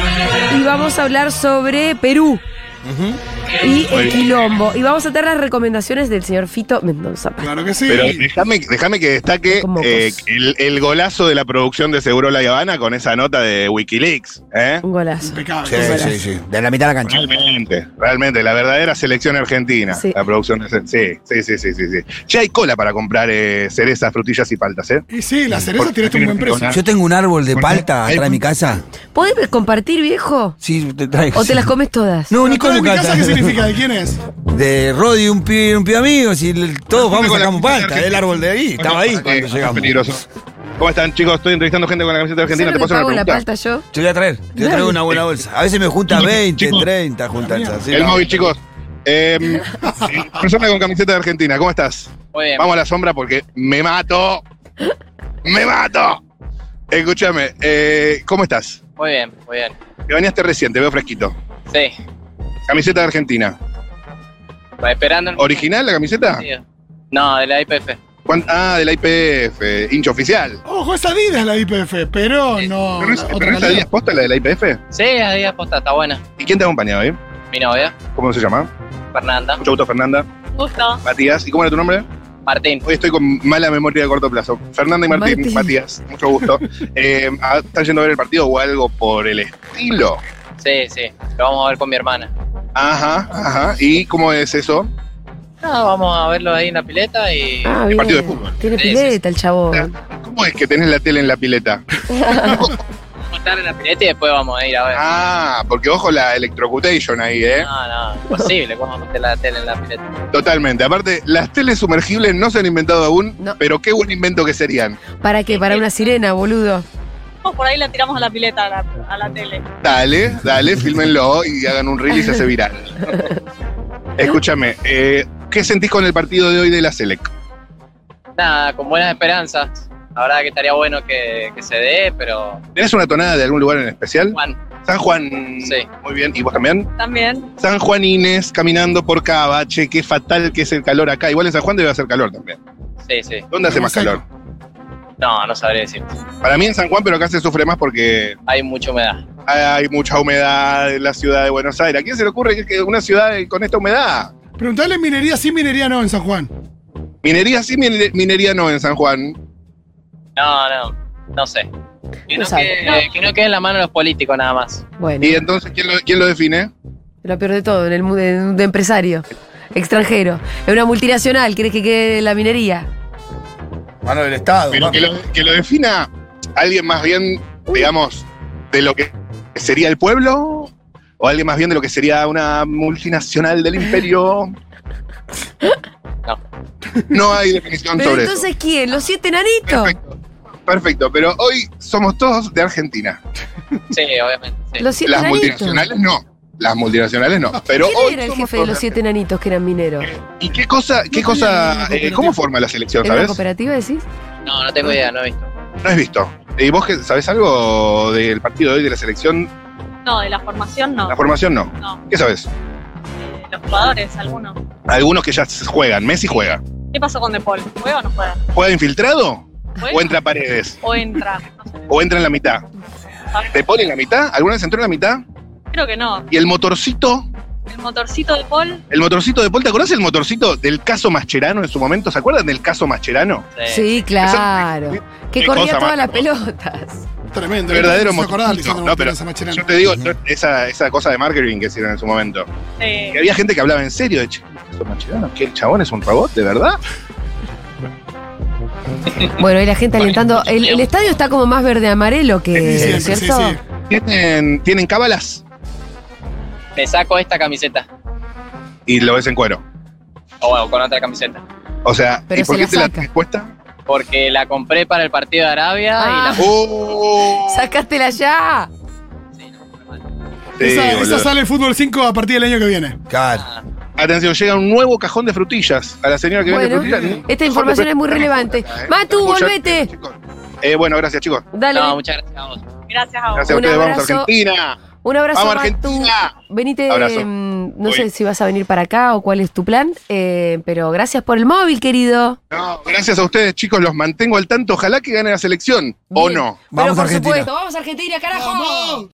Speaker 1: y vamos a hablar sobre Perú. Y el quilombo. Y vamos a tener las recomendaciones del señor Fito Mendoza.
Speaker 3: Claro que sí.
Speaker 4: Pero déjame, déjame que destaque
Speaker 1: Como
Speaker 4: eh,
Speaker 1: vos.
Speaker 4: el, el golazo de la producción de Seguro La Habana con esa nota de Wikileaks. ¿eh?
Speaker 1: Un golazo.
Speaker 3: Impecable.
Speaker 2: Sí, sí, sí. De la mitad de la cancha.
Speaker 4: Realmente, realmente, la verdadera selección argentina.
Speaker 1: Sí.
Speaker 4: La producción de. Sí, sí, sí, sí, sí, sí. Ya hay cola para comprar eh, cerezas, frutillas y paltas, ¿eh?
Speaker 3: Y sí, la cereza
Speaker 4: Porque
Speaker 3: tiraste un buen
Speaker 4: tiene
Speaker 3: precio.
Speaker 2: Yo tengo un árbol de palta atrás de mi casa.
Speaker 1: ¿Podés compartir, viejo?
Speaker 2: Sí, te traigo.
Speaker 1: ¿O te las comes todas?
Speaker 2: No, ni
Speaker 3: Atrás de
Speaker 2: como
Speaker 3: mi casa,
Speaker 2: casa.
Speaker 3: ¿qué magnífica de quién es?
Speaker 2: De Rodi, un pibe, un pibe amigo, si el- todos vamos
Speaker 4: con la ¿eh?
Speaker 2: sacamos
Speaker 4: camiseta de
Speaker 2: palta,
Speaker 4: Argentina.
Speaker 2: el árbol de ahí, estaba ahí
Speaker 4: Eh,
Speaker 2: cuando
Speaker 4: es
Speaker 2: llegamos.
Speaker 4: peligroso. ¿Cómo están, chicos? Estoy entrevistando gente con la camiseta de Argentina.
Speaker 1: Siempre
Speaker 4: ¿Te paso
Speaker 1: te
Speaker 4: una
Speaker 1: pago la
Speaker 4: pregunta?
Speaker 1: palta yo.
Speaker 2: Te voy a traer, te voy a traer una buena bolsa. A veces me juntas 20, 30, juntas así.
Speaker 4: El
Speaker 2: ¿no?
Speaker 4: móvil, chicos. Em, persona con camiseta de Argentina, ¿cómo estás?
Speaker 5: Muy bien.
Speaker 4: Vamos a la sombra porque me mato. ¡Me mato! Escúchame, eh, ¿cómo estás?
Speaker 5: Muy bien, muy bien.
Speaker 4: Te bañaste recién, te veo fresquito.
Speaker 5: Sí,
Speaker 4: Camiseta de Argentina.
Speaker 5: va esperando.
Speaker 4: ¿Original la camiseta?
Speaker 5: No, de la IPF.
Speaker 4: ¿Cuán- Ah, de la IPF, hincha oficial.
Speaker 3: Ojo, es Adidas la IPF, pero no.
Speaker 4: ¿Pero es,
Speaker 3: otra
Speaker 4: pero es la
Speaker 3: calidad.
Speaker 4: Adidas posta la de la IPF?
Speaker 5: Sí, ahí aposta, está buena.
Speaker 4: ¿Y quién te ha acompañado, eh?
Speaker 5: Mi novia,
Speaker 4: ¿Cómo se llama?
Speaker 5: Fernanda,
Speaker 4: Mucho gusto, Fernanda.
Speaker 9: Gusto.
Speaker 4: Matías. ¿Y cómo era tu nombre?
Speaker 5: Martín.
Speaker 4: Hoy estoy con mala memoria de corto plazo. Fernanda y Martín,
Speaker 1: Martín.
Speaker 4: Matías, mucho gusto. Eh, ah, ¿Están yendo a ver el partido o algo por el estilo?
Speaker 5: Sí, sí, lo vamos a ver con mi hermana.
Speaker 4: Ajá, ajá. ¿Y cómo es eso?
Speaker 5: No, vamos a verlo ahí en la pileta y...
Speaker 1: Ah,
Speaker 4: El
Speaker 1: bien.
Speaker 4: partido de fútbol. Ah.
Speaker 1: Tiene
Speaker 5: Sí, sí,
Speaker 1: pileta el chabón.
Speaker 4: ¿Cómo es que tenés la tele en la pileta?
Speaker 5: Vamos a estar en la pileta Este y después vamos a ir a ver.
Speaker 4: Ah, porque ojo la electrocutation ahí, ¿eh?
Speaker 5: Ah, No, no, imposible, ¿cómo vamos a meter la tele en la pileta?
Speaker 4: Totalmente. Aparte, las teles sumergibles no se han inventado aún,
Speaker 1: No.
Speaker 4: pero qué buen invento que serían.
Speaker 1: ¿Para qué? Para una sirena, boludo.
Speaker 9: Vamos por ahí la tiramos a la pileta, a la, a la tele.
Speaker 4: Dale, dale, fílmenlo y hagan un reel y se hace viral. Escúchame, eh, ¿qué sentís con el partido de hoy de la Selec?
Speaker 5: Nada, con buenas esperanzas. La verdad que estaría bueno que, que se dé, pero...
Speaker 4: ¿Tenés una tonada de algún lugar en especial?
Speaker 5: Juan,
Speaker 4: San Juan.
Speaker 5: Sí.
Speaker 4: Muy bien. ¿Y vos también?
Speaker 9: También.
Speaker 4: San Juan Inés caminando por Cava. Che, qué fatal que es el calor acá. Igual en San Juan debe hacer calor también.
Speaker 5: sí, sí.
Speaker 4: ¿Dónde hace
Speaker 3: No
Speaker 4: más
Speaker 3: sé.
Speaker 4: calor?
Speaker 5: No, no sabré decirte.
Speaker 4: Para mí en San Juan, pero acá se sufre más porque
Speaker 5: Hay mucha humedad.
Speaker 4: hay mucha humedad en la ciudad de Buenos Aires. ¿A quién se le ocurre que una ciudad con esta humedad?
Speaker 3: Preguntale minería sí, minería no en San Juan.
Speaker 4: Minería sí, mine- minería no en San Juan.
Speaker 5: No, no, no sé. Que
Speaker 1: No
Speaker 5: no,
Speaker 1: sabe.
Speaker 5: quede, que no quede en la mano de los políticos nada más.
Speaker 1: Bueno,
Speaker 4: ¿Y entonces quién lo, quién lo define?
Speaker 1: lo peor de todo, en el mu- de, de empresario. Extranjero. Es una multinacional, ¿quieres que quede la minería?
Speaker 2: Mano del Estado.
Speaker 4: Pero
Speaker 2: mano.
Speaker 4: que lo, que lo defina alguien más bien, digamos, de lo que sería el pueblo o alguien más bien de lo que sería una multinacional del imperio.
Speaker 5: No.
Speaker 4: No hay definición
Speaker 1: Pero
Speaker 4: sobre
Speaker 1: entonces, ¿quién? ¿Los siete nanitos?
Speaker 4: eso. Perfecto, pero hoy somos todos de Argentina.
Speaker 5: Sí, obviamente. sí.
Speaker 1: Los siete
Speaker 4: Las
Speaker 1: nanitos.
Speaker 4: multinacionales no. Las multinacionales no. Pero hoy
Speaker 1: ¿Quién era el
Speaker 4: somos
Speaker 1: jefe de
Speaker 4: todos
Speaker 1: los siete nanitos que eran mineros?
Speaker 4: Argentina. ¿Y qué cosa, qué
Speaker 1: No tenía
Speaker 4: cosa,
Speaker 1: ni idea,
Speaker 4: eh,
Speaker 1: no
Speaker 4: cómo
Speaker 1: tenía.
Speaker 4: forma la selección,
Speaker 1: ¿Era una
Speaker 4: sabes?
Speaker 1: cooperativa, decís?
Speaker 5: No, no tengo idea, no he visto.
Speaker 4: No has visto. ¿Y vos qué, sabés algo del partido de hoy de la selección?
Speaker 9: No, de la formación no.
Speaker 4: La formación no.
Speaker 9: No,
Speaker 4: ¿Qué sabes?
Speaker 9: eh, los jugadores, algunos.
Speaker 4: Algunos que ya juegan. Messi juega.
Speaker 9: ¿Qué pasó con De Paul? ¿Juega o no juega?
Speaker 4: ¿Juega infiltrado?
Speaker 9: ¿Juega?
Speaker 4: ¿O entra a paredes?
Speaker 9: o entra. No sé.
Speaker 4: ¿O entra en la mitad? ¿Te pone en la mitad? ¿Alguna vez entró en la mitad?
Speaker 9: Creo que no.
Speaker 4: ¿Y el motorcito?
Speaker 9: El motorcito de Paul.
Speaker 4: El motorcito de Paul, ¿te acordás del motorcito del caso Mascherano en su momento? ¿Se acuerdan del caso Mascherano?
Speaker 5: Eh,
Speaker 1: Sí, claro. Que
Speaker 4: qué
Speaker 1: corría
Speaker 4: cosa
Speaker 1: todas
Speaker 4: más
Speaker 1: las
Speaker 4: hermosa.
Speaker 1: pelotas.
Speaker 3: Tremendo.
Speaker 4: Verdadero
Speaker 3: ¿no se acordaba,
Speaker 4: motorcito.
Speaker 3: Lisandro
Speaker 4: No, pero
Speaker 3: Martínez Amachirano?
Speaker 4: yo te digo, yo- esa, esa cosa de marketing que hicieron en su momento.
Speaker 9: eh,
Speaker 4: Que había gente que hablaba en serio de, "Che, ¿el caso Mascherano? ¿Qué, el chabón es un robot, de verdad?
Speaker 1: Bueno, y la gente alentando. El, el estadio está como más verde amarelo que.
Speaker 3: Sí, sí, sí,
Speaker 1: ¿Cierto?
Speaker 3: sí.
Speaker 4: Tienen, tienen cábalas
Speaker 5: Me saco esta camiseta.
Speaker 4: y lo ves en cuero.
Speaker 5: O bueno, con otra camiseta.
Speaker 4: O sea,
Speaker 1: Pero
Speaker 4: ¿y por
Speaker 1: se
Speaker 4: qué
Speaker 1: la
Speaker 4: te la
Speaker 1: saca.
Speaker 4: tenés puesta?
Speaker 5: Porque la compré para el partido de Arabia
Speaker 1: Ah.
Speaker 4: ¡Oh!
Speaker 1: ¡Sacátela ya!
Speaker 5: y la... Sí, no, fue mal.
Speaker 4: Sí,
Speaker 3: esa,
Speaker 4: boludo.
Speaker 3: esa sale el fútbol 5 a partir del año que viene.
Speaker 2: Claro.
Speaker 5: Ah,
Speaker 4: Atención, llega un nuevo cajón de frutillas. A la señora que
Speaker 1: Bueno,
Speaker 4: vende frutillas.
Speaker 1: esta información es muy relevante. Matu,
Speaker 4: Escuchá,
Speaker 1: volvete.
Speaker 4: chicos. Eh, bueno, gracias, chicos.
Speaker 1: Dale.
Speaker 5: no, muchas gracias a vos.
Speaker 9: gracias a vos.
Speaker 4: Gracias a
Speaker 1: Un
Speaker 4: ustedes. Vamos
Speaker 1: abrazo.
Speaker 4: a Argentina.
Speaker 1: un abrazo,
Speaker 4: Vamos,
Speaker 1: Matu.
Speaker 4: Argentina.
Speaker 1: Venite,
Speaker 4: Abrazo.
Speaker 1: mm, no
Speaker 4: Voy.
Speaker 1: sé si vas a venir para acá o cuál es tu plan, eh, pero gracias por el móvil, querido.
Speaker 4: No, gracias a ustedes, chicos. Los mantengo al tanto. Ojalá que gane la selección. ¿O
Speaker 1: Bien.
Speaker 4: no?
Speaker 1: Pero
Speaker 2: Vamos a
Speaker 1: por
Speaker 2: Argentina.
Speaker 1: supuesto, vamos a Argentina, carajo.